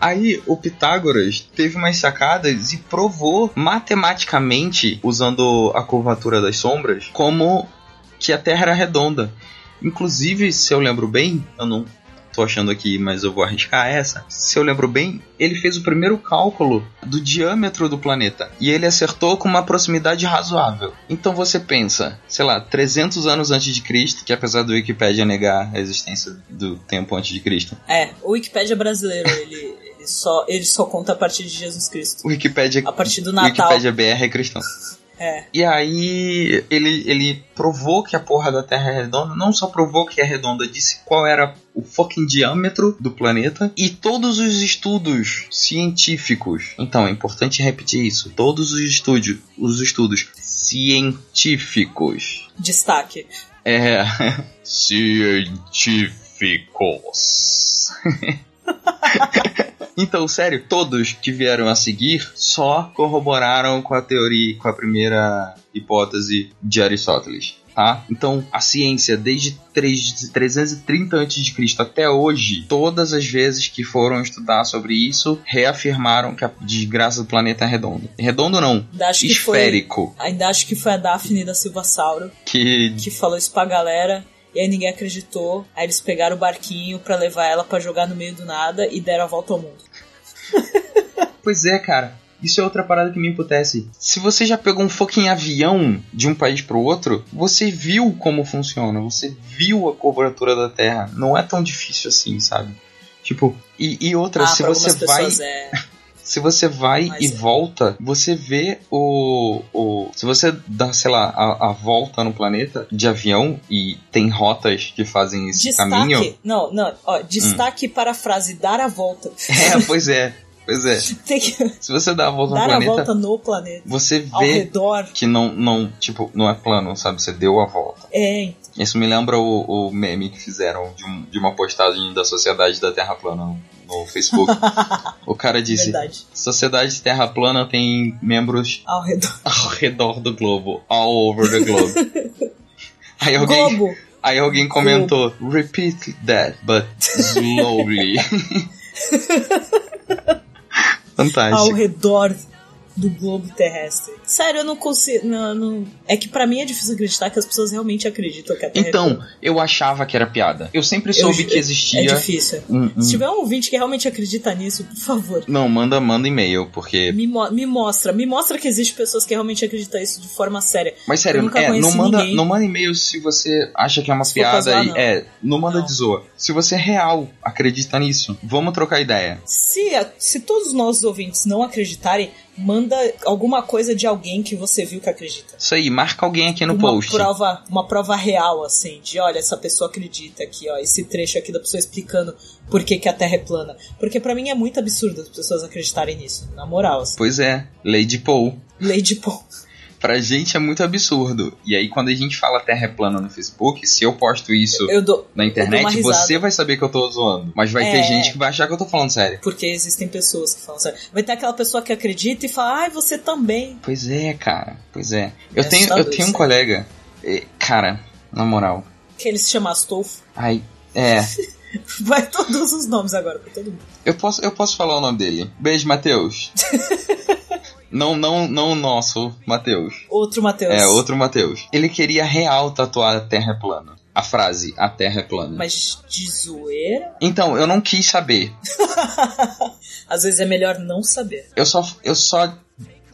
Speaker 2: Aí o Pitágoras teve umas sacadas e provou matematicamente, usando a curvatura das sombras, como que a Terra era redonda. Inclusive, se eu lembro bem, eu não tô achando aqui, mas eu vou arriscar essa. Se eu lembro bem, ele fez o primeiro cálculo do diâmetro do planeta e ele acertou com uma proximidade razoável. Então você pensa, sei lá, 300 anos antes de Cristo, que apesar do Wikipedia negar a existência do tempo antes de Cristo,
Speaker 1: É, o Wikipédia brasileiro, ele, ele só, ele só conta a partir de Jesus Cristo.
Speaker 2: o Wikipedia
Speaker 1: A partir do Natal.
Speaker 2: Wikipédia BR é cristão.
Speaker 1: É.
Speaker 2: E aí ele, ele provou que a porra da Terra é redonda, não só provou que é redonda, disse qual era o fucking diâmetro do planeta e todos os estudos científicos. Então é importante repetir isso. Todos os estudos, os estudos científicos.
Speaker 1: Destaque.
Speaker 2: É científicos. Então, sério, todos que vieram a seguir só corroboraram com a teoria, com a primeira hipótese de Aristóteles. tá? Então, a ciência, desde 3, 330 a.C. até hoje, todas as vezes que foram estudar sobre isso, reafirmaram que a desgraça do planeta é redonda. Redondo não,
Speaker 1: Acho que foi-
Speaker 2: esférico.
Speaker 1: Ainda acho que foi a Daphne da Silva Sauro
Speaker 2: Que
Speaker 1: que falou isso pra galera. E aí ninguém acreditou. Aí eles pegaram o barquinho pra levar ela pra jogar no meio do nada e deram a volta ao mundo.
Speaker 2: Pois é, cara. Isso é outra parada que me emputece. Se você já pegou um fucking avião de um país pro outro, você viu como funciona, você viu a cobertura da Terra. Não é tão difícil assim, sabe? Tipo, e, e outra,
Speaker 1: ah,
Speaker 2: se
Speaker 1: pra
Speaker 2: você
Speaker 1: algumas
Speaker 2: vai.
Speaker 1: pessoas é.
Speaker 2: Se você vai
Speaker 1: Mas
Speaker 2: e
Speaker 1: é.
Speaker 2: volta, você vê o, o. Se você dá, sei lá, a, a volta no planeta de avião e tem rotas que fazem esse
Speaker 1: Destaque.
Speaker 2: caminho. Hum.
Speaker 1: Não, não, ó, destaque para a frase dar a volta.
Speaker 2: É, pois é. Pois é.
Speaker 1: Tem que
Speaker 2: Se você dá a volta
Speaker 1: dar
Speaker 2: no planeta,
Speaker 1: a volta no planeta.
Speaker 2: você
Speaker 1: Ao
Speaker 2: vê
Speaker 1: redor.
Speaker 2: que não, não, tipo, não é plano, sabe? Você deu a volta.
Speaker 1: É,
Speaker 2: Isso me lembra o, o meme que fizeram de, um- de uma postagem da Sociedade da Terra Plana no- no Facebook. o cara disse:
Speaker 1: verdade.
Speaker 2: Sociedade Terra Plana tem membros
Speaker 1: Ao redor.
Speaker 2: ao redor do globo, all over the globe. aí, É alguém,
Speaker 1: Globo.
Speaker 2: aí alguém comentou: Repeat that, but slowly.
Speaker 1: ao
Speaker 2: Fantástico.
Speaker 1: redor do globo terrestre. Sério, eu não consigo. Não, não- É que pra mim é difícil acreditar que as pessoas realmente acreditam que a Terra é
Speaker 2: Então, eu achava que era piada. Eu sempre soube
Speaker 1: Eu-
Speaker 2: que
Speaker 1: é
Speaker 2: existia
Speaker 1: difícil.
Speaker 2: um- um-
Speaker 1: Se tiver um ouvinte que realmente acredita nisso, por favor.
Speaker 2: Não, manda, manda e-mail, porque.
Speaker 1: Me, mo- me mostra, me mostra que existem pessoas que realmente acreditam isso de forma séria.
Speaker 2: Mas sério,
Speaker 1: Eu nunca
Speaker 2: é, não
Speaker 1: conheci
Speaker 2: manda,
Speaker 1: ninguém.
Speaker 2: não manda e-mail se você acha que é uma
Speaker 1: Se for
Speaker 2: piada
Speaker 1: casar,
Speaker 2: e
Speaker 1: não.
Speaker 2: é, não manda
Speaker 1: Não.
Speaker 2: de zoa. Se você é real, acredita nisso. Vamos trocar ideia.
Speaker 1: Se, a- se todos os nossos ouvintes não acreditarem, manda alguma coisa de alguém que você viu que acredita.
Speaker 2: Isso aí, marca alguém aqui no
Speaker 1: uma
Speaker 2: post.
Speaker 1: prova, uma prova real, assim, de olha, essa pessoa acredita aqui, ó, esse trecho aqui da pessoa explicando por que, que a Terra é plana. Porque pra mim é muito absurdo as pessoas acreditarem nisso, na moral. Assim.
Speaker 2: Pois é, Lady Paul.
Speaker 1: Lady Paul.
Speaker 2: Pra gente é muito absurdo. E aí, quando a gente fala terra é plana no Facebook, se eu posto isso
Speaker 1: Eu dou.
Speaker 2: na
Speaker 1: uma
Speaker 2: internet,
Speaker 1: risada.
Speaker 2: você vai saber que eu tô zoando. Mas vai
Speaker 1: É.
Speaker 2: ter gente que vai achar que eu tô falando sério.
Speaker 1: Porque existem pessoas que falam sério. Vai ter aquela pessoa que acredita e fala, ai, você também.
Speaker 2: Pois é, cara. Pois é. Eu,
Speaker 1: É
Speaker 2: tenho, eu
Speaker 1: assustador
Speaker 2: tenho um
Speaker 1: isso.
Speaker 2: colega. eh, Cara, na moral.
Speaker 1: Que ele se chama Astolfo.
Speaker 2: Ai, é.
Speaker 1: Vai todos os nomes agora pra todo mundo.
Speaker 2: Eu posso, eu posso falar o nome dele. Beijo, Matheus. não, não, não o nosso Matheus.
Speaker 1: Outro Matheus.
Speaker 2: É, outro Matheus. Ele queria real tatuar a Terra é plana. A frase, a Terra é plana.
Speaker 1: Mas de zoeira?
Speaker 2: Então, eu não quis saber.
Speaker 1: Às vezes é melhor não saber.
Speaker 2: Eu só, eu só,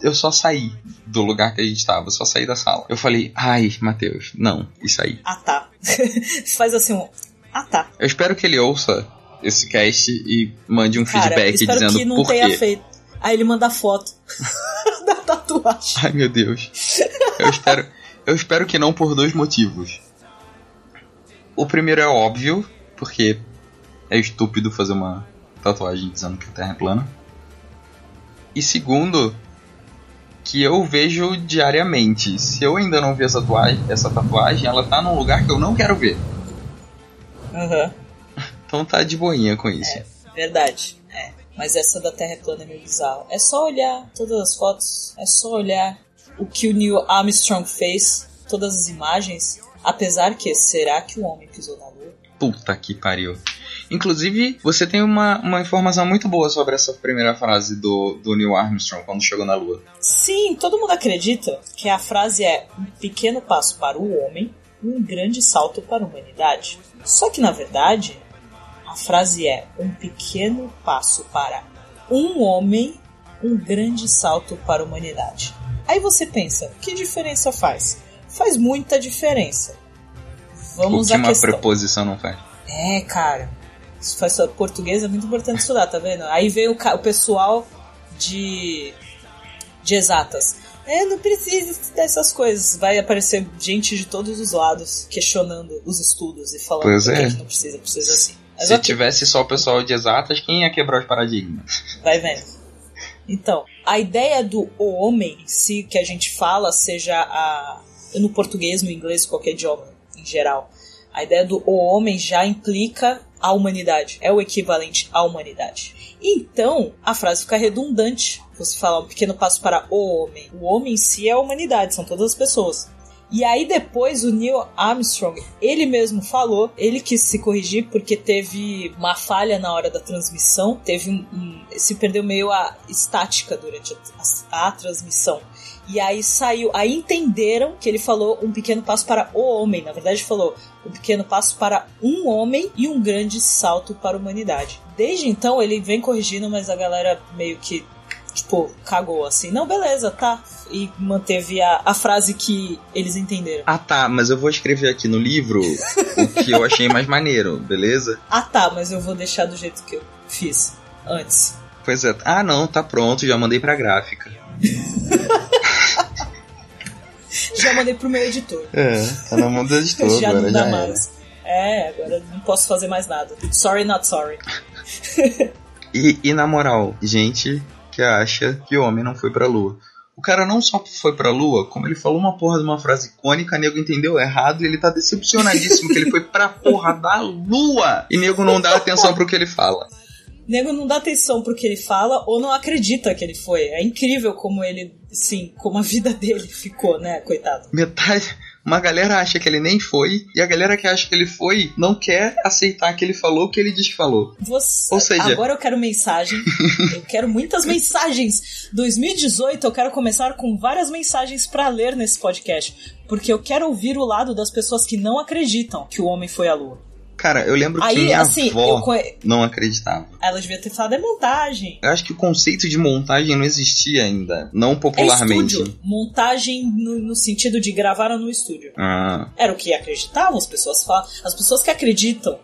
Speaker 2: eu só saí do lugar que a gente tava. Eu só saí da sala. Eu falei, ai, Matheus, não, isso aí.
Speaker 1: Ah, tá. Faz assim um. Ah, tá.
Speaker 2: Eu espero que ele ouça esse cast e mande um
Speaker 1: Cara,
Speaker 2: feedback
Speaker 1: espero
Speaker 2: dizendo
Speaker 1: que não
Speaker 2: por
Speaker 1: tenha
Speaker 2: quê.
Speaker 1: feito. Aí ele manda foto da tatuagem.
Speaker 2: Ai, meu Deus. Eu espero, eu espero que não por dois motivos. O primeiro é óbvio, porque é estúpido fazer uma tatuagem dizendo que a Terra é plana. E segundo, que eu vejo diariamente. Se eu ainda não vi essa tatuagem, essa tatuagem, ela tá num lugar que eu não quero ver.
Speaker 1: Aham.
Speaker 2: Então tá de boinha com isso.
Speaker 1: Verdade. É. Mas essa da Terra plana é meio bizarro. É só olhar todas as fotos. É só olhar o que o Neil Armstrong fez. Todas as imagens. Apesar que, será que o homem pisou na lua?
Speaker 2: Puta que pariu. Inclusive, você tem uma, uma informação muito boa sobre essa primeira frase do, do Neil Armstrong quando chegou na Lua.
Speaker 1: Sim, todo mundo acredita que a frase é um pequeno passo para o homem, um grande salto para a humanidade. Só que na verdade, a frase é um pequeno passo para um homem, um grande salto para a humanidade. Aí você pensa, que diferença faz? Faz muita diferença.
Speaker 2: O
Speaker 1: Vamos
Speaker 2: que
Speaker 1: à
Speaker 2: uma
Speaker 1: questão.
Speaker 2: preposição não faz.
Speaker 1: É, cara. Isso faz só português, é muito importante estudar, tá vendo? Aí vem o, ca- o pessoal de, de exatas. É, não precisa estudar essas coisas. Vai aparecer gente de todos os lados questionando os estudos e falando
Speaker 2: Pois
Speaker 1: por que
Speaker 2: é.
Speaker 1: que não precisa, precisa assim. Mas
Speaker 2: Se
Speaker 1: ok,
Speaker 2: tivesse só o pessoal de exatas, quem ia quebrar os paradigmas?
Speaker 1: vai vendo. Então, a ideia do o homem em si que a gente fala, seja a, no português, no inglês, qualquer idioma em geral, a ideia do o homem já implica a humanidade, é o equivalente à humanidade. Então, a frase fica redundante. Você fala um pequeno passo para o homem. O homem em si é a humanidade, são todas as pessoas. E aí depois o Neil Armstrong, ele mesmo falou, ele quis se corrigir porque teve uma falha na hora da transmissão, teve um, um- se perdeu meio a estática durante a- a- a transmissão. E aí saiu, aí entenderam que ele falou um pequeno passo para o homem. Na verdade, ele falou um pequeno passo para um homem e um grande salto para a humanidade. Desde então ele vem corrigindo, mas a galera meio que tipo cagou assim. Não, beleza, tá. E manteve a, a frase que eles entenderam.
Speaker 2: Ah tá, mas eu vou escrever aqui no livro o que eu achei mais maneiro, beleza?
Speaker 1: Ah, tá, mas eu vou deixar do jeito que eu fiz antes.
Speaker 2: Pois é. Ah não, tá pronto, já mandei pra gráfica.
Speaker 1: Já mandei pro meu editor.
Speaker 2: É, tá na mão do editor
Speaker 1: já
Speaker 2: agora,
Speaker 1: não dá
Speaker 2: já era.
Speaker 1: mais. É, agora não posso fazer mais nada. Sorry, not sorry.
Speaker 2: E, e na moral, gente que acha que homem não foi pra lua. O cara não só foi pra lua, como ele falou uma porra de uma frase icônica, nego entendeu errado e ele tá decepcionadíssimo que ele foi pra porra da lua e nego não dá atenção pro que ele fala.
Speaker 1: nego não dá atenção pro que ele fala ou não acredita que ele foi. É incrível como ele, sim, como a vida dele ficou, né, coitado.
Speaker 2: Metade. Uma galera acha que ele nem foi e a galera que acha que ele foi não quer aceitar que ele falou o que ele diz que falou.
Speaker 1: Você,
Speaker 2: Ou seja-
Speaker 1: agora eu quero mensagem. eu quero muitas mensagens. 2018 eu quero começar com várias mensagens pra ler nesse podcast, porque eu quero ouvir o lado das pessoas que não acreditam que o homem foi à lua.
Speaker 2: Cara, eu lembro que
Speaker 1: Aí,
Speaker 2: minha
Speaker 1: assim, eu
Speaker 2: avó
Speaker 1: conhe-
Speaker 2: não acreditava.
Speaker 1: ela devia ter falado é montagem.
Speaker 2: Eu acho que o conceito de montagem não existia ainda, não
Speaker 1: É
Speaker 2: popularmente.
Speaker 1: estúdio. Montagem no, no sentido de gravaram no estúdio.
Speaker 2: ah,
Speaker 1: Era o que acreditavam, as pessoas falam. As pessoas que acreditam,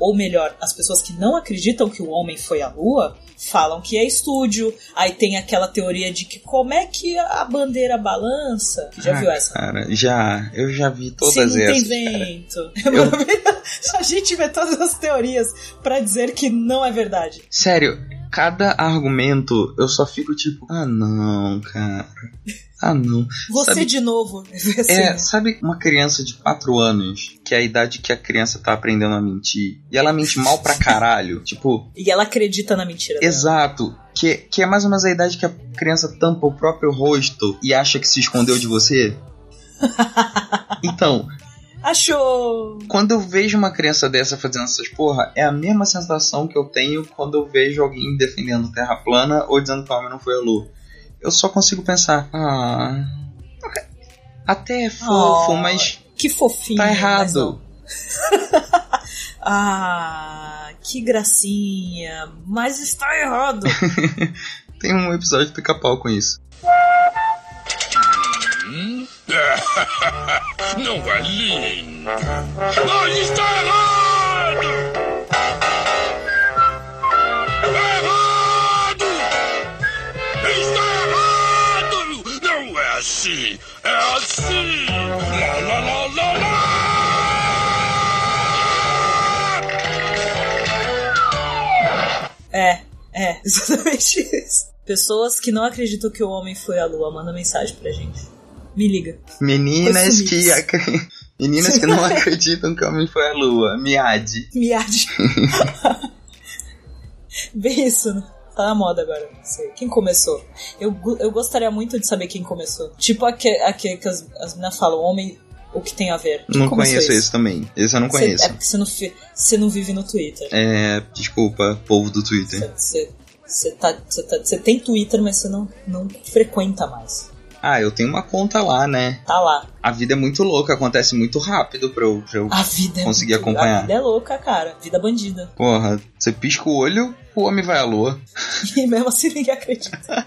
Speaker 1: ou melhor, as pessoas que não acreditam que o homem foi à lua, falam que é estúdio. Aí tem aquela teoria de que como é que a bandeira balança. Já
Speaker 2: Ah,
Speaker 1: viu essa?
Speaker 2: Cara, já. Eu já vi todas
Speaker 1: Se não tem
Speaker 2: essas.
Speaker 1: vento. É maravilhoso. A gente vê todas as teorias pra dizer que não é verdade.
Speaker 2: Sério, cada argumento eu só fico tipo, ah não, cara. Ah não.
Speaker 1: Você
Speaker 2: Sabe-
Speaker 1: de novo. Assim,
Speaker 2: É, sabe uma criança de 4 anos, que é a idade que a criança tá aprendendo a mentir, e ela mente mal pra caralho? tipo,
Speaker 1: E ela acredita na mentira. dela.
Speaker 2: exato. Que, que é mais ou menos a idade que a criança tampa o próprio rosto e acha que se escondeu de você? Então,
Speaker 1: Achou.
Speaker 2: Quando eu vejo uma criança dessa fazendo essas porra, é a mesma sensação que eu tenho quando eu vejo alguém defendendo terra plana ou dizendo que o homem não foi a lua. Eu só consigo pensar, ah. Até é fofo,
Speaker 1: Oh,
Speaker 2: mas
Speaker 1: Que fofinho.
Speaker 2: tá
Speaker 1: mas não.
Speaker 2: errado.
Speaker 1: Ah, que gracinha, mas está errado.
Speaker 2: Tem um episódio do pica-pau com isso.
Speaker 6: Não é linda. Mas está errado! Errado! Está errado! Não é assim! É assim! Lá, lá, lá, lá, lá!
Speaker 1: É, é, exatamente isso. Pessoas que não acreditam que o homem foi à lua, manda mensagem pra gente. Me liga.
Speaker 2: Meninas
Speaker 1: Foi
Speaker 2: que,
Speaker 1: sumiço.
Speaker 2: acre- Meninas que não acreditam que o homem foi a lua. Miade.
Speaker 1: Miade. Bem isso, né? Tá na moda agora, não sei. Quem começou? Eu, go- eu gostaria muito de saber quem começou. Tipo aquele aque que as, as meninas falam, homem, o que tem a ver. Quem
Speaker 2: Não
Speaker 1: começou
Speaker 2: conheço esse também. Esse eu não
Speaker 1: Cê- é
Speaker 2: conheço.
Speaker 1: porque você não, fi- você não vive no Twitter.
Speaker 2: É, desculpa, povo do Twitter.
Speaker 1: Você você tá, você tá, você tem Twitter, mas você não, não frequenta mais.
Speaker 2: Ah, eu tenho uma conta lá, né?
Speaker 1: Tá lá.
Speaker 2: a vida é muito louca, acontece muito rápido pra eu. Pra eu...
Speaker 1: A vida é
Speaker 2: Consegui
Speaker 1: muito-
Speaker 2: acompanhar.
Speaker 1: A vida é louca, cara. Vida bandida.
Speaker 2: Porra, você pisca o olho, o homem vai à lua.
Speaker 1: E mesmo assim ninguém acredita.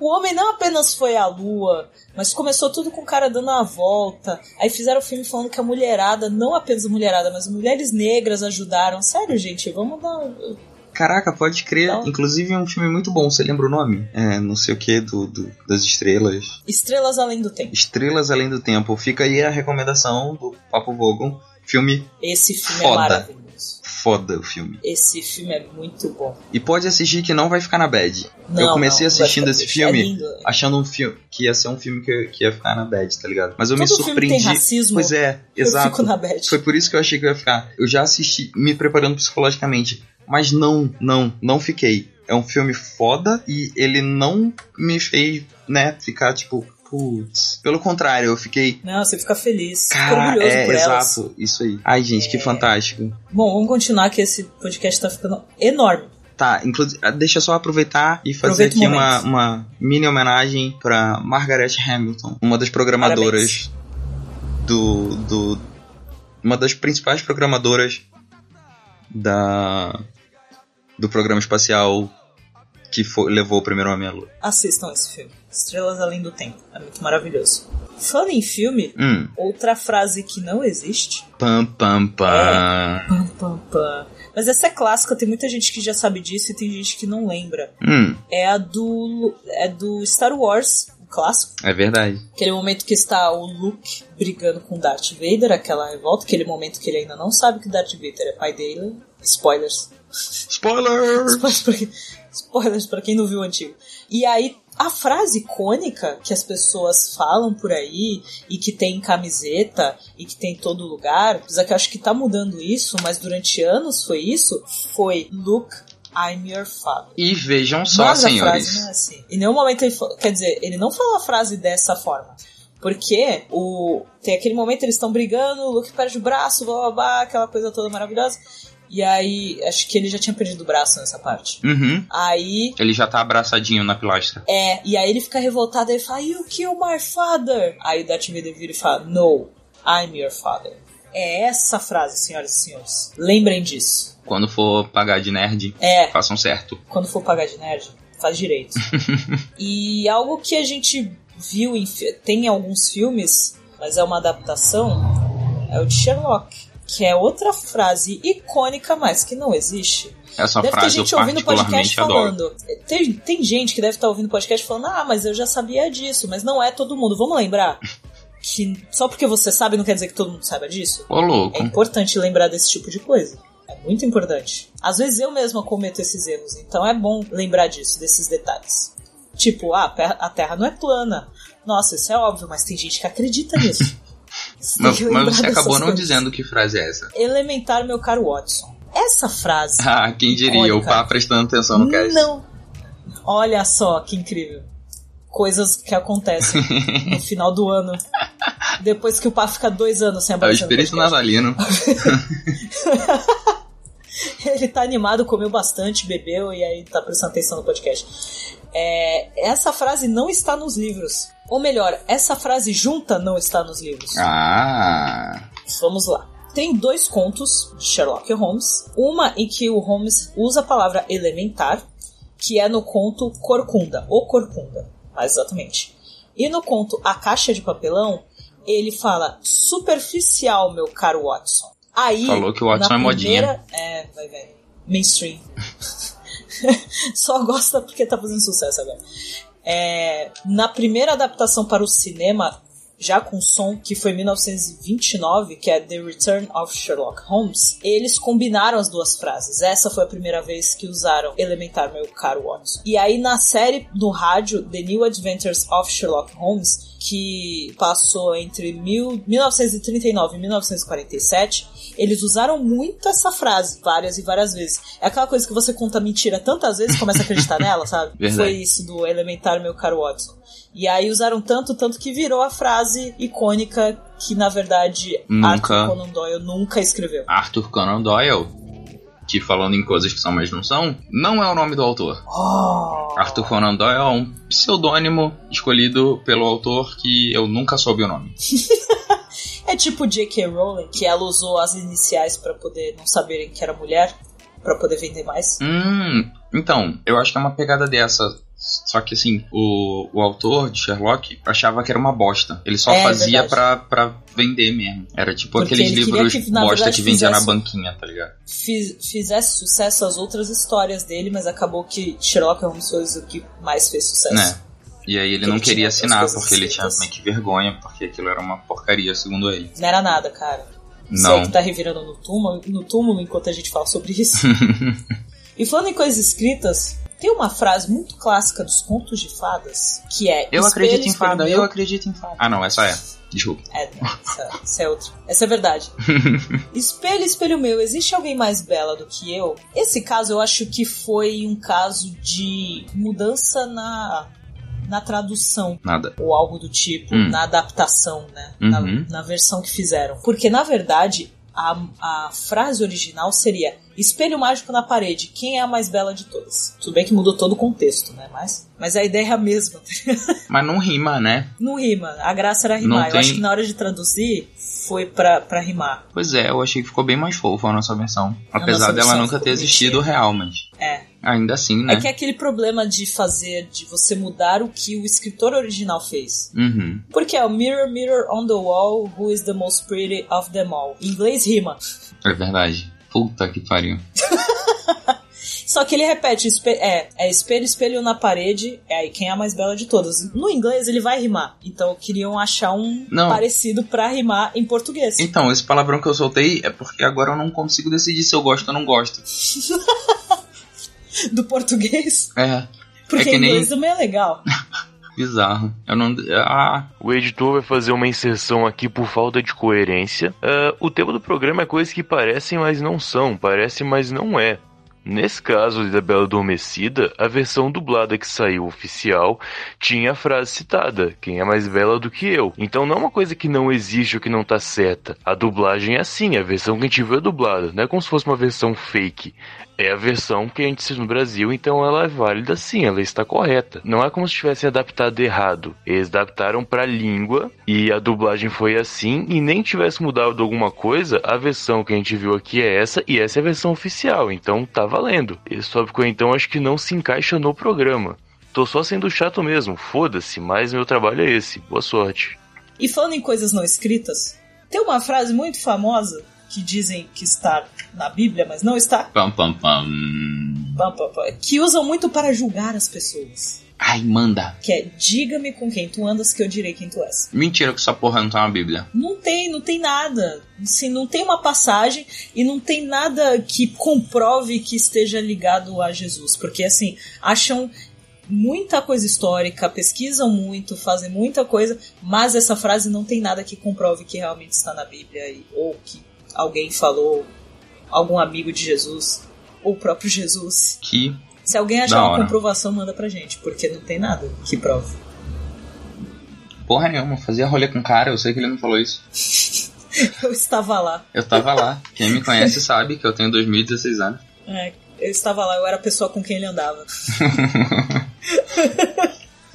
Speaker 1: O homem não apenas foi à lua, mas começou tudo com o cara dando a volta. Aí fizeram o filme falando que a mulherada, não apenas a mulherada, mas mulheres negras ajudaram. Sério, gente, vamos dar. um-
Speaker 2: Caraca, pode crer.
Speaker 1: Não.
Speaker 2: Inclusive é um filme muito bom, você lembra o nome? É, não sei o que, do, do- das estrelas.
Speaker 1: Estrelas além do tempo.
Speaker 2: Estrelas Além do Tempo. Fica aí a recomendação do Papo Vogon. Filme
Speaker 1: Esse filme é
Speaker 2: Foda.
Speaker 1: maravilhoso.
Speaker 2: foda, o filme.
Speaker 1: Esse filme é muito bom.
Speaker 2: E pode assistir que não vai ficar na bad.
Speaker 1: Não,
Speaker 2: eu comecei
Speaker 1: não,
Speaker 2: assistindo
Speaker 1: vai
Speaker 2: esse
Speaker 1: ficar-
Speaker 2: filme
Speaker 1: É lindo.
Speaker 2: achando um filme que ia ser um filme que, que ia ficar na bad, tá ligado? Mas eu me
Speaker 1: Todo
Speaker 2: surpreendi.
Speaker 1: filme tem racismo.
Speaker 2: Pois é, exato.
Speaker 1: Eu fico na bad.
Speaker 2: Foi por isso que eu achei que eu ia ficar. Eu já assisti, me preparando psicologicamente. Mas não, não, não fiquei. É um filme foda e ele não me fez, né, ficar tipo, Putz. Pelo contrário, eu fiquei.
Speaker 1: Não, você fica feliz. fica
Speaker 2: Cara,
Speaker 1: orgulhoso
Speaker 2: é,
Speaker 1: por elas. É.
Speaker 2: exato, isso aí. Ai, gente, que fantástico.
Speaker 1: Bom, vamos continuar que esse podcast tá ficando enorme.
Speaker 2: Tá, inclusive, ah, deixa eu só aproveitar e fazer
Speaker 1: Aproveita o
Speaker 2: aqui uma,
Speaker 1: momento.
Speaker 2: uma mini homenagem pra Margaret Hamilton, uma das programadoras do, do. Uma das principais programadoras da. do programa espacial que foi, levou o primeiro homem à lua.
Speaker 1: Assistam esse filme. Estrelas Além do Tempo. É muito maravilhoso. Falando em filme,
Speaker 2: Hum.
Speaker 1: outra frase que não existe.
Speaker 2: Pam, pam, pam.
Speaker 1: Pam, pam, pam. Mas essa é clássica, tem muita gente que já sabe disso e tem gente que não lembra.
Speaker 2: Hum,
Speaker 1: É a do. É do Star Wars, o clássico.
Speaker 2: é verdade.
Speaker 1: Aquele momento que está o Luke brigando com Darth Vader, aquela revolta, aquele momento que ele ainda não sabe que Darth Vader é pai dele. Spoilers.
Speaker 2: Spoiler!
Speaker 1: Spoilers pra quem, spoilers pra quem não viu o antigo. E aí, a frase icônica que as pessoas falam por aí, e que tem em camiseta, e que tem em todo lugar, apesar que eu acho que tá mudando isso, mas durante anos foi isso, foi Luke, I'm your father.
Speaker 2: E vejam só,
Speaker 1: Mas a frase não
Speaker 2: senhores.
Speaker 1: é assim. Em nenhum momento ele fa- Quer dizer, ele não fala a frase dessa forma. Porque o, tem aquele momento eles estão brigando, o Luke perde o braço, blá blá blá, aquela coisa toda maravilhosa. E aí, acho que ele já tinha perdido o braço nessa parte.
Speaker 2: Uhum.
Speaker 1: Aí.
Speaker 2: Ele já tá abraçadinho na pilastra.
Speaker 1: É, e aí ele fica revoltado e fala, You kill my father! Aí o Darth Vader vira e fala, No, I'm your father. É essa frase, senhoras e senhores. Lembrem disso.
Speaker 2: Quando for pagar de nerd,
Speaker 1: É,
Speaker 2: façam certo.
Speaker 1: quando for pagar de nerd, faz direito. e algo que a gente viu, em, fi- tem em alguns filmes, mas é uma adaptação, é o de Sherlock, que é outra frase icônica, mas que não existe.
Speaker 2: Essa
Speaker 1: deve ter
Speaker 2: frase eu
Speaker 1: gente ouvindo o podcast
Speaker 2: particularmente adoro.
Speaker 1: falando. Tem, tem gente que deve estar ouvindo o podcast falando, ah, mas eu já sabia disso, mas não é todo mundo. Vamos lembrar que só porque você sabe não quer dizer que todo mundo saiba disso?
Speaker 2: Ô, louco.
Speaker 1: É importante lembrar desse tipo de coisa. É muito importante. Às vezes eu mesma cometo esses erros, então é bom lembrar disso, desses detalhes. Tipo, ah, pe- a Terra não é plana. Nossa, isso é óbvio, mas tem gente que acredita nisso. Você tem
Speaker 2: Mas,
Speaker 1: que
Speaker 2: mas
Speaker 1: lembrar
Speaker 2: você
Speaker 1: dessas
Speaker 2: acabou não
Speaker 1: coisas.
Speaker 2: dizendo que frase é essa.
Speaker 1: Elementar, meu caro Watson. Essa frase.
Speaker 2: Ah, quem diria? O
Speaker 1: Icônica.
Speaker 2: pá prestando atenção no cast. É
Speaker 1: Não. Olha só que incrível. Coisas que acontecem no final do ano. Depois que o pá fica dois anos sem
Speaker 2: É o
Speaker 1: aparecer. no
Speaker 2: espírito
Speaker 1: podcast.
Speaker 2: natalino.
Speaker 1: Ele tá animado, comeu bastante, bebeu e aí tá prestando atenção no podcast. É, essa frase não está nos livros. Ou melhor, essa frase junta não está nos livros.
Speaker 2: Ah.
Speaker 1: Vamos lá. Tem dois contos de Sherlock Holmes. Uma em que o Holmes usa a palavra elementar, que é no conto Corcunda, ou Corcunda, mais exatamente. E no conto A Caixa de Papelão, ele fala superficial, meu caro Watson. Aí,
Speaker 2: Falou que o Watson
Speaker 1: na
Speaker 2: é modinha.
Speaker 1: primeira- É, vai, vai. Mainstream. Só gosta porque tá fazendo sucesso agora. É, na primeira adaptação para o cinema, já com som, que foi em 1929, que é The Return of Sherlock Holmes, eles combinaram as duas frases. Essa foi a primeira vez que usaram Elementar, meu caro Watson. E aí na série do rádio The New Adventures of Sherlock Holmes, que passou entre mil- 1939 e 1947, eles usaram muito essa frase várias e várias vezes. É aquela coisa que você conta mentira tantas vezes, começa a acreditar nela, sabe?
Speaker 2: Verdade.
Speaker 1: Foi isso do Elementar, meu caro Watson. E aí usaram tanto, tanto que virou a frase icônica que, na verdade,
Speaker 2: Nunca.
Speaker 1: Arthur Conan Doyle nunca escreveu.
Speaker 2: Arthur Conan Doyle, que falando em coisas que são, mas não são, não é o nome do autor.
Speaker 1: Oh.
Speaker 2: Arthur Conan Doyle é um pseudônimo escolhido pelo autor que eu nunca soube o nome.
Speaker 1: É tipo J.K. Rowling, que ela usou as iniciais pra poder não saberem que era mulher, pra poder vender mais.
Speaker 2: Hum, então, eu acho que é uma pegada dessa. Só que assim, o, o autor de Sherlock achava que era uma bosta. Ele só
Speaker 1: É,
Speaker 2: fazia
Speaker 1: verdade.
Speaker 2: pra, pra vender mesmo. Era tipo
Speaker 1: Porque
Speaker 2: aqueles
Speaker 1: ele queria
Speaker 2: livros
Speaker 1: que, na
Speaker 2: bosta
Speaker 1: verdade,
Speaker 2: que vendia na
Speaker 1: fizesse-
Speaker 2: banquinha, tá ligado?
Speaker 1: Fiz- fizesse sucesso as outras histórias dele, mas acabou que Sherlock Holmes foi o que mais fez sucesso.
Speaker 2: Né? E aí ele
Speaker 1: Porque
Speaker 2: não
Speaker 1: ele tinha
Speaker 2: queria
Speaker 1: outras
Speaker 2: assinar,
Speaker 1: coisas
Speaker 2: porque ele tinha
Speaker 1: escritas.
Speaker 2: meio que vergonha, porque aquilo era uma porcaria, segundo ele.
Speaker 1: Não era nada, cara. Você
Speaker 2: Não.
Speaker 1: que tá revirando no túmulo, no túmulo enquanto a gente fala sobre isso. e falando em coisas escritas, tem uma frase muito clássica dos contos de fadas, que é
Speaker 2: Eu
Speaker 1: "Espelho,
Speaker 2: acredito em
Speaker 1: espelho
Speaker 2: fada,
Speaker 1: meu".
Speaker 2: eu acredito em fada. Ah, não, essa é. Desculpa.
Speaker 1: É, não, essa, essa é outra. Essa é verdade. espelho, espelho meu, existe alguém mais bela do que eu? Esse caso eu acho que foi um caso de mudança na na tradução
Speaker 2: Nada.
Speaker 1: ou algo do tipo,
Speaker 2: Hum.
Speaker 1: na adaptação, né? Na,
Speaker 2: Uhum.
Speaker 1: na versão que fizeram. Porque, na verdade, a, a frase original seria Espelho mágico na parede, quem é a mais bela de todas? Tudo bem que mudou todo o contexto, né? Mas, mas a ideia é a mesma.
Speaker 2: Mas não rima, né?
Speaker 1: Não rima. A graça era rimar.
Speaker 2: Não
Speaker 1: Eu
Speaker 2: tem-
Speaker 1: acho que na hora de traduzir foi pra, pra rimar.
Speaker 2: Pois é, eu achei que ficou bem mais fofa a nossa versão. Apesar
Speaker 1: nossa
Speaker 2: dela
Speaker 1: versão
Speaker 2: nunca
Speaker 1: ficou
Speaker 2: ter existido real, mas.
Speaker 1: É.
Speaker 2: Ainda assim, né?
Speaker 1: É que é aquele problema de fazer, de você mudar o que o escritor original fez.
Speaker 2: Uhum.
Speaker 1: Porque é o Mirror, Mirror on the Wall, Who is the most pretty of them all? Em inglês rima.
Speaker 2: É verdade. Puta que pariu.
Speaker 1: Só que ele repete, espe- é, é espelho, espelho na parede, é aí quem é a mais bela de todas. No inglês ele vai rimar. Então queriam achar um
Speaker 2: Não.
Speaker 1: parecido pra rimar em português.
Speaker 2: Então, esse palavrão que eu soltei é porque agora eu não consigo decidir se eu gosto ou não gosto.
Speaker 1: Do português.
Speaker 2: É,
Speaker 1: Porque
Speaker 2: É que
Speaker 1: em
Speaker 2: nem-
Speaker 1: inglês também é legal.
Speaker 2: bizarro. Eu não. Ah,
Speaker 7: O editor vai fazer uma inserção aqui por falta de coerência. Ah, o tema do programa é coisas que parecem, mas não são. Parece, mas não é. Nesse caso da Bela Adormecida, a versão dublada que saiu oficial tinha a frase citada: Quem é mais bela do que eu? Então não é uma coisa que não existe ou que não tá certa. A dublagem é assim, a versão que a gente viu é dublada. Não é como se fosse uma versão fake. É a versão que a gente assiste no Brasil, então ela é válida sim, ela está correta. Não é como se tivessem adaptado errado. Eles adaptaram pra língua e a dublagem foi assim e nem tivesse mudado alguma coisa, a versão que a gente viu aqui é essa e essa é a versão oficial, então tá valendo. Esse tópico então acho que não se encaixa no programa. Tô só sendo chato mesmo, foda-se, mas meu trabalho é esse. Boa sorte.
Speaker 1: E falando em coisas não escritas, tem uma frase muito famosa que dizem que está na Bíblia, mas não está,
Speaker 2: pam pam pam.
Speaker 1: pam, pam, pam, que usam muito para julgar as pessoas.
Speaker 2: Ai, manda.
Speaker 1: Que é, diga-me com quem tu andas que eu direi quem tu és.
Speaker 2: Mentira que essa porra não tá na Bíblia.
Speaker 1: Não tem, não tem nada. Assim, não tem uma passagem e não tem nada que comprove que esteja ligado a Jesus. Porque, assim, acham muita coisa histórica, pesquisam muito, fazem muita coisa, mas essa frase não tem nada que comprove que realmente está na Bíblia e- ou que alguém falou, algum amigo de Jesus ou o próprio Jesus.
Speaker 2: Que
Speaker 1: Se alguém achar
Speaker 2: Da
Speaker 1: uma
Speaker 2: hora.
Speaker 1: comprovação, manda pra gente, porque não tem nada que prove.
Speaker 2: porra nenhuma. Fazia rolê com o cara, eu sei que ele não falou isso.
Speaker 1: Eu estava lá.
Speaker 2: Eu tava lá. Quem me conhece sabe que eu tenho 2016 anos.
Speaker 1: É, eu estava lá, eu era a pessoa com quem ele andava.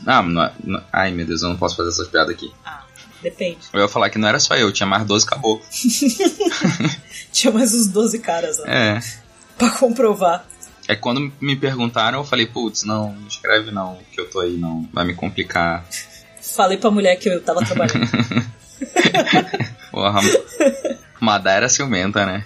Speaker 2: Ah, não, não- ai meu Deus, eu não posso fazer essas piadas aqui.
Speaker 1: Ah, depende.
Speaker 2: Eu ia falar que não era só eu, tinha mais 12 caboclos.
Speaker 1: Tinha mais uns 12 caras lá,
Speaker 2: É.
Speaker 1: pra comprovar.
Speaker 2: É quando me perguntaram, eu falei, putz, não, não escreve não, que eu tô aí não, vai me complicar.
Speaker 1: Falei pra mulher que eu tava trabalhando.
Speaker 2: Porra, Madá era ciumenta, né?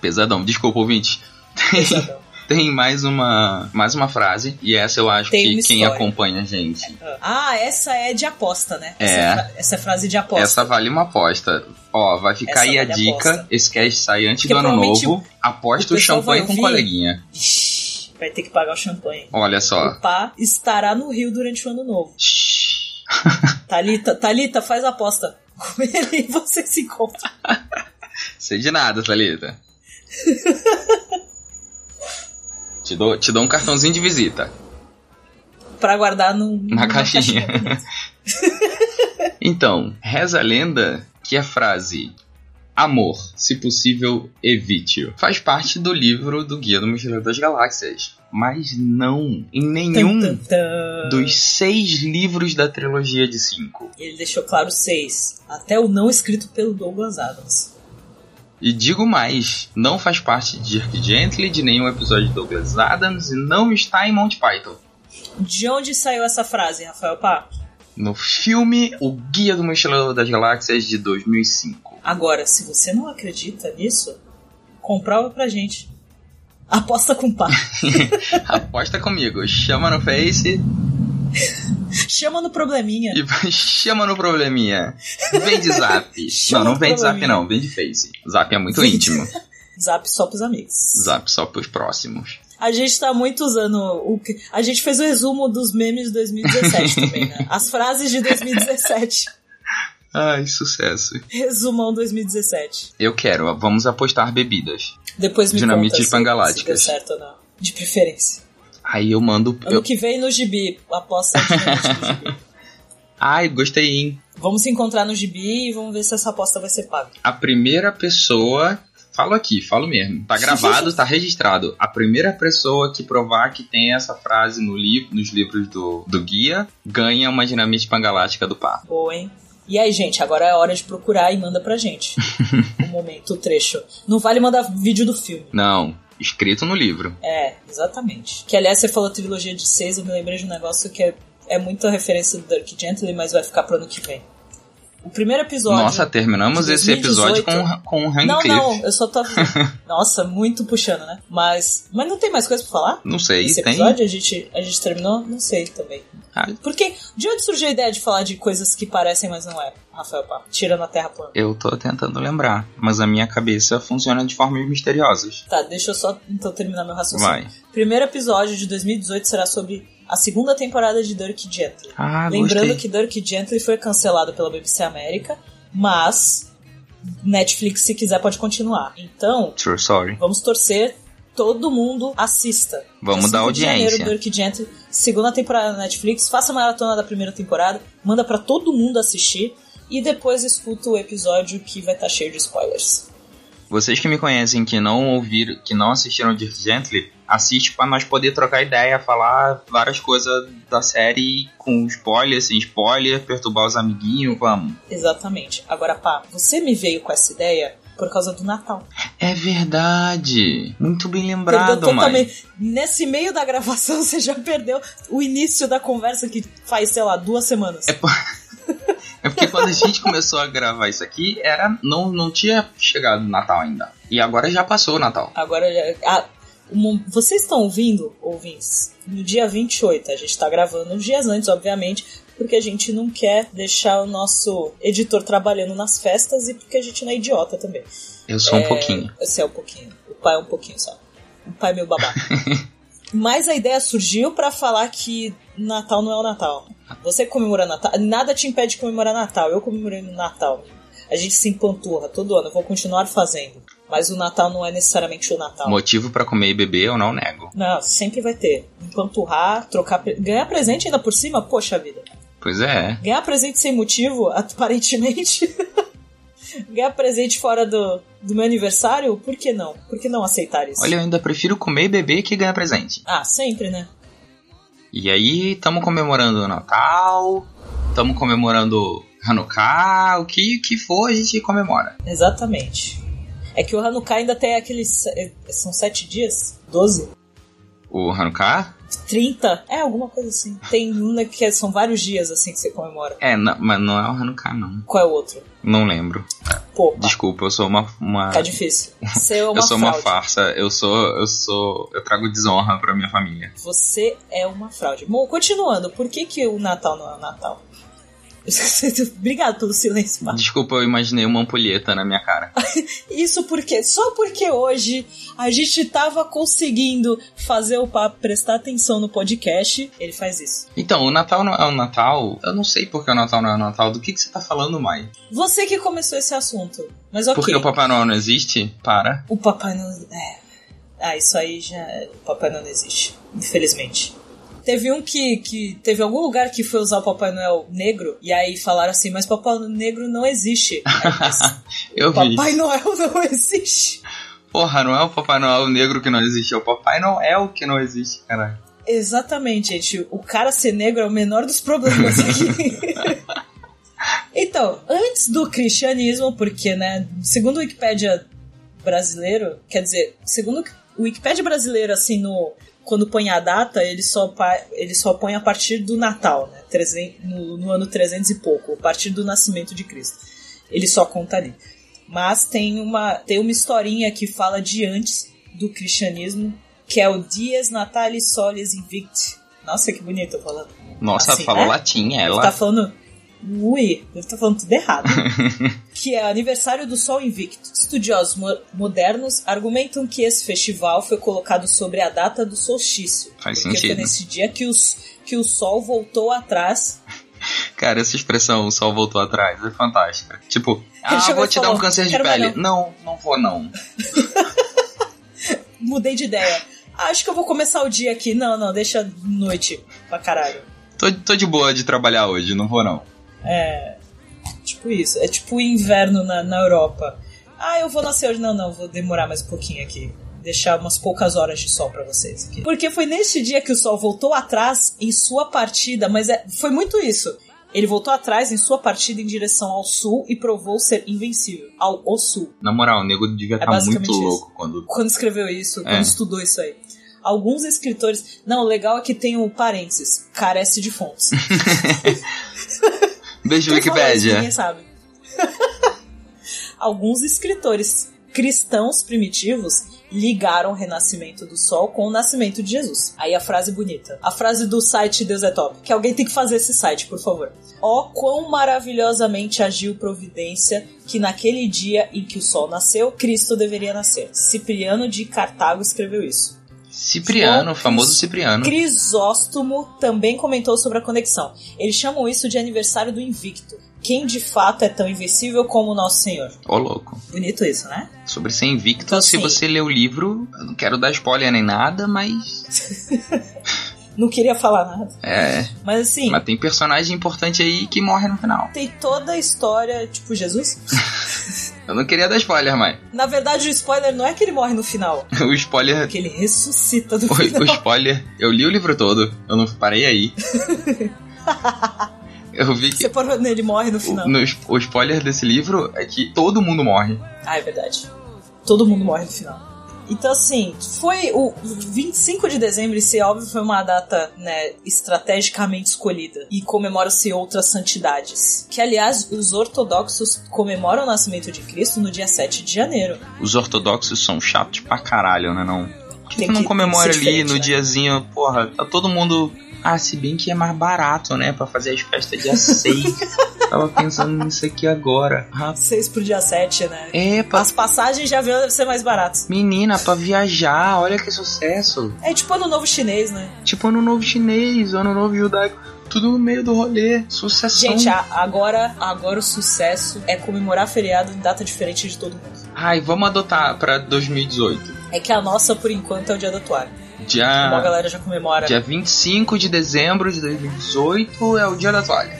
Speaker 2: Pesadão, desculpa, ouvinte. Tem,
Speaker 1: Pesadão.
Speaker 2: tem mais uma mais uma frase, e essa eu acho
Speaker 1: Tem
Speaker 2: que
Speaker 1: uma
Speaker 2: quem
Speaker 1: história.
Speaker 2: acompanha a gente.
Speaker 1: ah, essa é de aposta, né?
Speaker 2: É.
Speaker 1: Essa fra- essa é frase de aposta.
Speaker 2: Essa vale uma aposta. Ó, vai ficar
Speaker 1: Essa
Speaker 2: aí a
Speaker 1: vale a
Speaker 2: dica.
Speaker 1: aposta.
Speaker 2: Esse cast sai antes
Speaker 1: Porque
Speaker 2: do ano
Speaker 1: provavelmente
Speaker 2: novo. Aposta
Speaker 1: o
Speaker 2: o,
Speaker 1: pessoal
Speaker 2: champanhe
Speaker 1: vai
Speaker 2: com
Speaker 1: ouvir.
Speaker 2: coleguinha.
Speaker 1: Ixi, Vai ter que pagar o champanhe.
Speaker 2: Olha só.
Speaker 1: O pá estará no Rio durante o ano novo.
Speaker 2: Shhh.
Speaker 1: Talita, Talita, faz a aposta. Com ele e você se encontra.
Speaker 2: Sei de nada, Thalita. te, dou, te dou um cartãozinho de visita.
Speaker 1: Pra guardar num,
Speaker 2: Na
Speaker 1: numa
Speaker 2: caixinha.
Speaker 1: caixinha.
Speaker 2: Então, reza a lenda que a frase amor, se possível, evite-o, faz parte do livro do Guia do Mochileiro das Galáxias. Mas não em nenhum
Speaker 1: Tum, tum, tum.
Speaker 2: dos seis livros da trilogia de cinco.
Speaker 1: E Ele deixou claro seis. Até o não escrito pelo Douglas Adams.
Speaker 2: E digo mais, não faz parte de Dirk Gently, de nenhum episódio de Douglas Adams e não está em Monty Python.
Speaker 1: De onde saiu essa frase, Rafael Pá?
Speaker 2: No filme O Guia do Mochileiro das Galáxias de 2005.
Speaker 1: Agora, se você não acredita nisso, comprova pra gente. Aposta com pá.
Speaker 2: Aposta comigo, chama no Face
Speaker 1: Chama no probleminha.
Speaker 2: E vai- chama no probleminha. Vem de zap. não,
Speaker 1: Chama
Speaker 2: não
Speaker 1: no
Speaker 2: vem de zap,
Speaker 1: probleminha.
Speaker 2: não. Vem de face. Zap é muito
Speaker 1: Vem de-
Speaker 2: íntimo.
Speaker 1: Zap só pros amigos.
Speaker 2: Zap só pros próximos.
Speaker 1: A gente tá muito usando o que. A gente fez o resumo dos memes de 2017 também, né? As frases de 2017.
Speaker 2: Ai, sucesso.
Speaker 1: Resumão 2017.
Speaker 2: Eu quero, vamos apostar bebidas.
Speaker 1: Depois me
Speaker 2: Dinamite
Speaker 1: conta se-
Speaker 2: Pangalácticas.
Speaker 1: se deu certo ou não. De preferência.
Speaker 2: Aí eu mando.
Speaker 1: Ano
Speaker 2: eu-
Speaker 1: que vem no Gibi, após sete minutos do Gibi.
Speaker 2: Ai, gostei, hein?
Speaker 1: Vamos se encontrar no Gibi e vamos ver se essa aposta vai ser paga.
Speaker 2: A primeira pessoa. Falo aqui, falo mesmo. Tá gravado, tá registrado. A primeira pessoa que provar que tem essa frase no li- nos livros do, do guia ganha uma dinamite pangalática do par.
Speaker 1: Boa, hein? E aí, gente, agora é hora de procurar e manda pra gente. o momento, o trecho. Não vale mandar vídeo do filme.
Speaker 2: Não, escrito no livro.
Speaker 1: É, exatamente. Que aliás, você falou trilogia de seis, eu me lembrei de um negócio que é, é muita referência do Dirk Gently, mas vai ficar pro ano que vem. O primeiro episódio.
Speaker 2: Nossa, é terminamos
Speaker 1: de
Speaker 2: esse episódio
Speaker 1: 2018.
Speaker 2: com, um com o
Speaker 1: Não,
Speaker 2: Hang
Speaker 1: não,
Speaker 2: Cliff.
Speaker 1: eu só tô. Nossa, muito puxando, né? Mas. Mas não tem mais coisa pra falar?
Speaker 2: Não sei,
Speaker 1: Esse
Speaker 2: tem.
Speaker 1: episódio a gente, a gente terminou? Não sei também.
Speaker 2: Ah,
Speaker 1: Porque de onde surgiu a ideia de falar de coisas que parecem, mas não é, Rafael Pá? Tirando a terra plana.
Speaker 2: Eu tô tentando lembrar, mas a minha cabeça funciona de formas misteriosas.
Speaker 1: Tá, deixa eu só então terminar meu raciocínio.
Speaker 2: Vai.
Speaker 1: Primeiro episódio de 2018 será sobre a segunda temporada de Dirk Gently.
Speaker 2: Ah,
Speaker 1: Lembrando
Speaker 2: gostei.
Speaker 1: que Dirk Gently foi cancelado pela BBC América, mas Netflix, se quiser, pode continuar. Então,
Speaker 2: True, sorry.
Speaker 1: vamos torcer. Todo mundo assista.
Speaker 2: Vamos
Speaker 1: Dia
Speaker 2: dar
Speaker 1: 5 de
Speaker 2: audiência.
Speaker 1: Janeiro, Dirk Gently, segunda temporada na Netflix. Faça a maratona da primeira temporada, manda pra todo mundo assistir e depois escuta o episódio que vai estar cheio de spoilers.
Speaker 2: Vocês que me conhecem que não ouviram, que não assistiram Dirk Gently, assiste pra nós poder trocar ideia, falar várias coisas da série com spoiler, sem spoiler, perturbar os amiguinhos, vamos.
Speaker 1: Exatamente. Agora, pá, você me veio com essa ideia por causa do Natal.
Speaker 2: É verdade. Muito bem
Speaker 1: Perdeu
Speaker 2: lembrado, mãe.
Speaker 1: totalmente. Nesse meio da gravação, você já perdeu o início da conversa que faz, sei lá, duas semanas.
Speaker 2: É, É porque quando a gente começou a gravar isso aqui, era não, não tinha chegado o Natal ainda. E agora já passou o Natal.
Speaker 1: Agora, ah, o mo- vocês estão ouvindo, ouvintes? No dia 28, a gente tá gravando uns dias antes, obviamente, porque a gente não quer deixar o nosso editor trabalhando nas festas e porque a gente não é idiota também.
Speaker 2: Eu sou um pouquinho.
Speaker 1: Esse é um pouquinho. O pai é um pouquinho só. O pai é meu babaca. Mas a ideia surgiu pra falar que Natal não é o Natal. Você comemora Natal. Nada te impede de comemorar Natal. Eu comemorei no Natal. A gente se empanturra todo ano. Eu vou continuar fazendo. Mas o Natal não é necessariamente o Natal.
Speaker 2: Motivo pra comer e beber, eu não nego.
Speaker 1: Não, sempre vai ter. Empanturrar, trocar. pre- Ganhar presente ainda por cima? Poxa vida.
Speaker 2: Pois é.
Speaker 1: Ganhar presente sem motivo, aparentemente. Ganhar presente fora do, do meu aniversário? Por que não? Por que não aceitar isso?
Speaker 2: Olha, eu ainda prefiro comer e beber que ganhar presente.
Speaker 1: Ah, sempre, né?
Speaker 2: E aí, estamos comemorando o Natal, estamos comemorando Hanukkah, o que, que for a gente comemora.
Speaker 1: Exatamente. É que o Hanukkah ainda tem aqueles. se- é, São sete dias? Doze?
Speaker 2: O Hanukkah?
Speaker 1: Trinta? É, alguma coisa assim. Tem um né, que são vários dias assim que você comemora.
Speaker 2: É, não- mas não é o Hanukkah, não.
Speaker 1: Qual é o outro?
Speaker 2: Não lembro.
Speaker 1: Pô,
Speaker 2: Desculpa, eu sou uma. uma-
Speaker 1: tá difícil. Você é uma
Speaker 2: eu sou
Speaker 1: fraude.
Speaker 2: uma farsa. Eu sou. Eu sou. Eu trago desonra pra minha família.
Speaker 1: Você é uma fraude. Bom, continuando, por que, que o Natal não é o Natal? Obrigado pelo silêncio, Marcos.
Speaker 2: Desculpa, eu imaginei uma ampulheta na minha cara.
Speaker 1: Isso porque, só porque hoje a gente tava conseguindo fazer o papo prestar atenção no podcast, ele faz isso.
Speaker 2: Então, o Natal não é o Natal. Eu não sei porque o Natal não é o Natal. Do que, que você tá falando, Mai?
Speaker 1: Você que começou esse assunto, mas ok.
Speaker 2: Porque o Papai Noel não existe? Para.
Speaker 1: O papai não. É. Ah, isso aí já. O papai não existe, infelizmente. Teve um que, que. Teve algum lugar que foi usar o Papai Noel negro, e aí falaram assim, mas Papai Noel negro não existe. Aí, mas
Speaker 2: Eu vi.
Speaker 1: Papai Noel não existe.
Speaker 2: Porra, não é o Papai Noel negro que não existe, é o Papai Noel que não existe, caralho.
Speaker 1: Exatamente, gente. O cara ser negro é o menor dos problemas aqui. então, antes do cristianismo, porque, né, segundo o Wikipédia brasileiro, quer dizer, segundo o Wikipédia brasileiro, assim, no quando põe a data, ele só, pa- ele só põe a partir do Natal, né, 300 no, no ano 300 e pouco, a partir do nascimento de Cristo. Ele só conta ali. Mas tem uma, tem uma historinha que fala de antes do cristianismo, que é o Dies Natalis Solis Invicti. Nossa, que bonito eu falando.
Speaker 2: Nossa,
Speaker 1: Assim,
Speaker 2: falou
Speaker 1: né?
Speaker 2: latim, é,
Speaker 1: Deve
Speaker 2: ela.
Speaker 1: tá falando. Ui, deve estar falando tudo errado. que é aniversário do Sol Invicto. Estudiosos mo- modernos argumentam que esse festival foi colocado sobre a data do solstício.
Speaker 2: Faz
Speaker 1: porque
Speaker 2: sentido.
Speaker 1: foi nesse dia que, os, que o Sol voltou atrás.
Speaker 2: Cara, essa expressão, o sol voltou atrás, é fantástica. Tipo, ah,
Speaker 1: chegou
Speaker 2: vou
Speaker 1: e
Speaker 2: te dar
Speaker 1: falou,
Speaker 2: um câncer de
Speaker 1: "Quero
Speaker 2: pele.
Speaker 1: mais
Speaker 2: Não, não vou não.
Speaker 1: Mudei de ideia. acho que eu vou começar o dia aqui. Não, não, deixa noite pra caralho.
Speaker 2: Tô, tô de boa de trabalhar hoje, não vou não.
Speaker 1: É. Tipo isso. É tipo inverno na, na Europa. Ah, eu vou nascer hoje. Não, não, vou demorar mais um pouquinho aqui. Deixar umas poucas horas de sol pra vocês aqui. Porque foi neste dia que o sol voltou atrás em sua partida, mas é- foi muito isso. Ele voltou atrás em sua partida em direção ao sul e provou ser invencível. Ao, ao sul.
Speaker 2: Na moral, o nego devia
Speaker 1: É
Speaker 2: estar
Speaker 1: basicamente
Speaker 2: muito
Speaker 1: isso.
Speaker 2: louco quando.
Speaker 1: quando escreveu isso, quando
Speaker 2: É.
Speaker 1: estudou isso aí. Alguns escritores. Não, o legal é que tem o parênteses, carece de fontes.
Speaker 2: Beijo,
Speaker 1: Quem falou isso?
Speaker 2: Wikipédia.
Speaker 1: Ninguém sabe. Alguns escritores cristãos primitivos ligaram o renascimento do sol com o nascimento de Jesus. Aí a frase bonita. A frase do site Deus é Top. Que alguém tem que fazer esse site, por favor. Ó, quão maravilhosamente agiu providência que naquele dia em que o sol nasceu, Cristo deveria nascer. Cipriano de Cartago escreveu isso.
Speaker 2: Cipriano,
Speaker 1: João
Speaker 2: famoso
Speaker 1: Cris-
Speaker 2: Cipriano.
Speaker 1: Crisóstomo também comentou sobre a conexão. Eles chamam isso de aniversário do invicto. Quem de fato é tão invencível como o nosso Senhor?
Speaker 2: Ô, louco.
Speaker 1: Bonito isso, né?
Speaker 2: Sobre ser invicto,
Speaker 1: Então,
Speaker 2: se
Speaker 1: assim-
Speaker 2: você ler o livro, eu não quero dar spoiler nem nada, mas.
Speaker 1: Não queria falar nada.
Speaker 2: É.
Speaker 1: Mas assim,
Speaker 2: Mas tem personagem importante aí que morre no final.
Speaker 1: tem toda a história, tipo Jesus.
Speaker 2: Eu não queria dar spoiler, mas.
Speaker 1: Na verdade, o spoiler não é que ele morre no final,
Speaker 2: O spoiler.
Speaker 1: é que ele ressuscita do
Speaker 2: O, o
Speaker 1: final.
Speaker 2: spoiler. Eu li o livro todo, eu não parei aí. Eu vi que.
Speaker 1: Você parou nele morre no final.
Speaker 2: no es- o spoiler desse livro é que todo mundo morre.
Speaker 1: Ah, é verdade. Todo mundo morre no final. Então, assim, foi o 25 de dezembro, e se é óbvio, foi uma data, né, estrategicamente escolhida. E comemora-se outras santidades. Que, aliás, os ortodoxos comemoram o nascimento de Cristo no dia 7 de janeiro.
Speaker 2: Os ortodoxos são chatos pra caralho, né? Não. Por que,
Speaker 1: Tem
Speaker 2: que não
Speaker 1: que
Speaker 2: comemora
Speaker 1: ser
Speaker 2: ali
Speaker 1: diferente,
Speaker 2: no
Speaker 1: né?
Speaker 2: diazinho? Porra, tá todo mundo. Ah, se bem que é mais barato, né? Pra fazer as festas dia 6. Tava pensando nisso aqui agora. Ah,
Speaker 1: 6 pro dia 7, né?
Speaker 2: é, pra...
Speaker 1: As passagens já vieram ser mais baratas.
Speaker 2: menina, pra viajar, olha que sucesso.
Speaker 1: É tipo ano novo chinês, né?
Speaker 2: Tipo ano novo chinês, ano novo judaico. Tudo no meio do rolê. Sucessão.
Speaker 1: Gente, a- agora, agora o sucesso é comemorar feriado em data diferente de todo mundo.
Speaker 2: Ai, vamos adotar pra 2018.
Speaker 1: É que a nossa, por enquanto, é o dia do atuário. Como a
Speaker 2: Dia,
Speaker 1: é galera já comemora.
Speaker 2: dia 25 de dezembro de 2018 é o dia da toalha.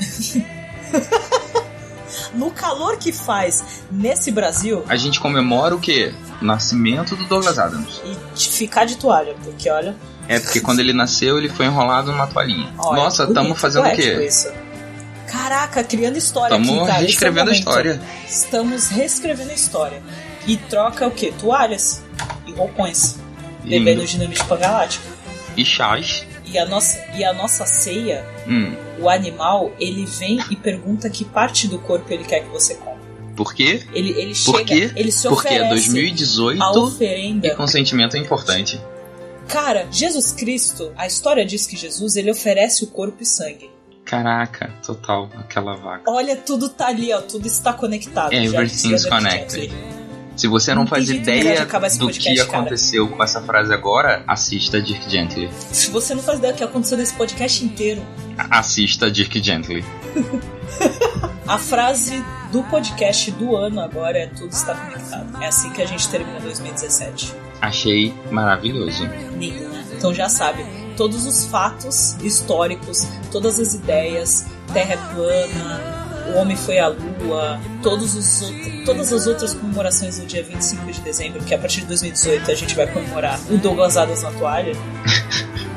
Speaker 1: No calor que faz nesse Brasil
Speaker 2: A gente comemora o quê? Nascimento do Douglas Adams.
Speaker 1: e de ficar de toalha, porque olha.
Speaker 2: É porque quando ele nasceu, ele foi enrolado numa toalhinha.
Speaker 1: olha
Speaker 2: Nossa,
Speaker 1: bonito,
Speaker 2: estamos fazendo o
Speaker 1: poético
Speaker 2: quê?
Speaker 1: Isso. Caraca, criando história
Speaker 2: Estamos
Speaker 1: aqui, cara. Esse é o
Speaker 2: reescrevendo a
Speaker 1: momento.
Speaker 2: história.
Speaker 1: Estamos reescrevendo a história. E troca o quê? Toalhas e roupões. Bebendo
Speaker 2: E,
Speaker 1: dinamite pra galáctico.
Speaker 2: e chás.
Speaker 1: E a nossa, e a nossa ceia,
Speaker 2: Hum,
Speaker 1: o animal, ele vem e pergunta que parte do corpo ele quer que você coma.
Speaker 2: por quê?
Speaker 1: Ele, ele
Speaker 2: Por
Speaker 1: chega,
Speaker 2: quê?
Speaker 1: ele se
Speaker 2: Porque é
Speaker 1: oferece
Speaker 2: 2018
Speaker 1: a
Speaker 2: e
Speaker 1: oferenda
Speaker 2: consentimento é importante.
Speaker 1: Cara, Jesus Cristo, a história diz que Jesus ele oferece o corpo e sangue.
Speaker 2: Caraca, total, aquela vaca.
Speaker 1: Olha, tudo tá ali, ó, tudo está conectado. já
Speaker 2: É, everything's
Speaker 1: dizia David
Speaker 2: connected.
Speaker 1: Jackson.
Speaker 2: Se você não
Speaker 1: Não tem
Speaker 2: faz
Speaker 1: jeito melhor de
Speaker 2: ideia
Speaker 1: acabar esse
Speaker 2: do
Speaker 1: podcast,
Speaker 2: que
Speaker 1: cara.
Speaker 2: aconteceu com essa frase agora, assista Dirk Gently.
Speaker 1: Se você não faz ideia do que aconteceu nesse podcast inteiro,
Speaker 2: A- Assista Dirk Gently.
Speaker 1: a frase do podcast do ano agora é tudo está conectado. É assim que a gente terminou 2017.
Speaker 2: Achei maravilhoso.
Speaker 1: Lindo, né? Então já sabe, todos os fatos históricos, todas as ideias, terra é plana, o homem foi à lua, todos os, out- todas as outras comemorações do dia 25 de dezembro, que a partir de 2018 a gente vai comemorar o Douglas Adams na toalha,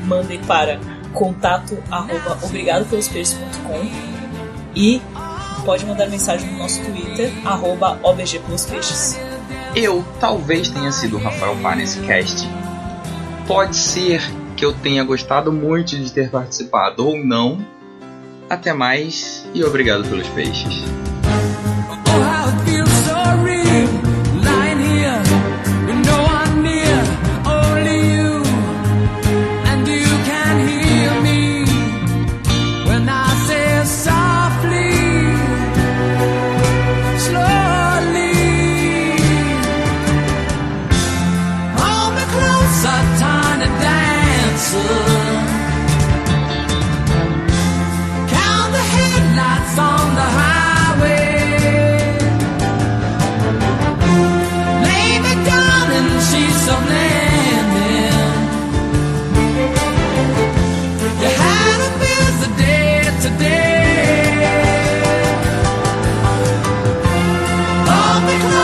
Speaker 1: mandem para contato arroba obrigadopelospeixes.com e pode mandar mensagem no nosso Twitter, arroba OBG pelos peixes.
Speaker 2: Eu talvez tenha sido o Rafael Pá nesse cast. Pode ser que eu tenha gostado muito de ter participado ou não. Até mais e obrigado pelos peixes.
Speaker 8: Oh, how it feels so real, lying here with no one near, only you, and you can hear me when I say softly, slowly. Hold me close, a tiny dancer. Count the headlights on the highway.
Speaker 9: all because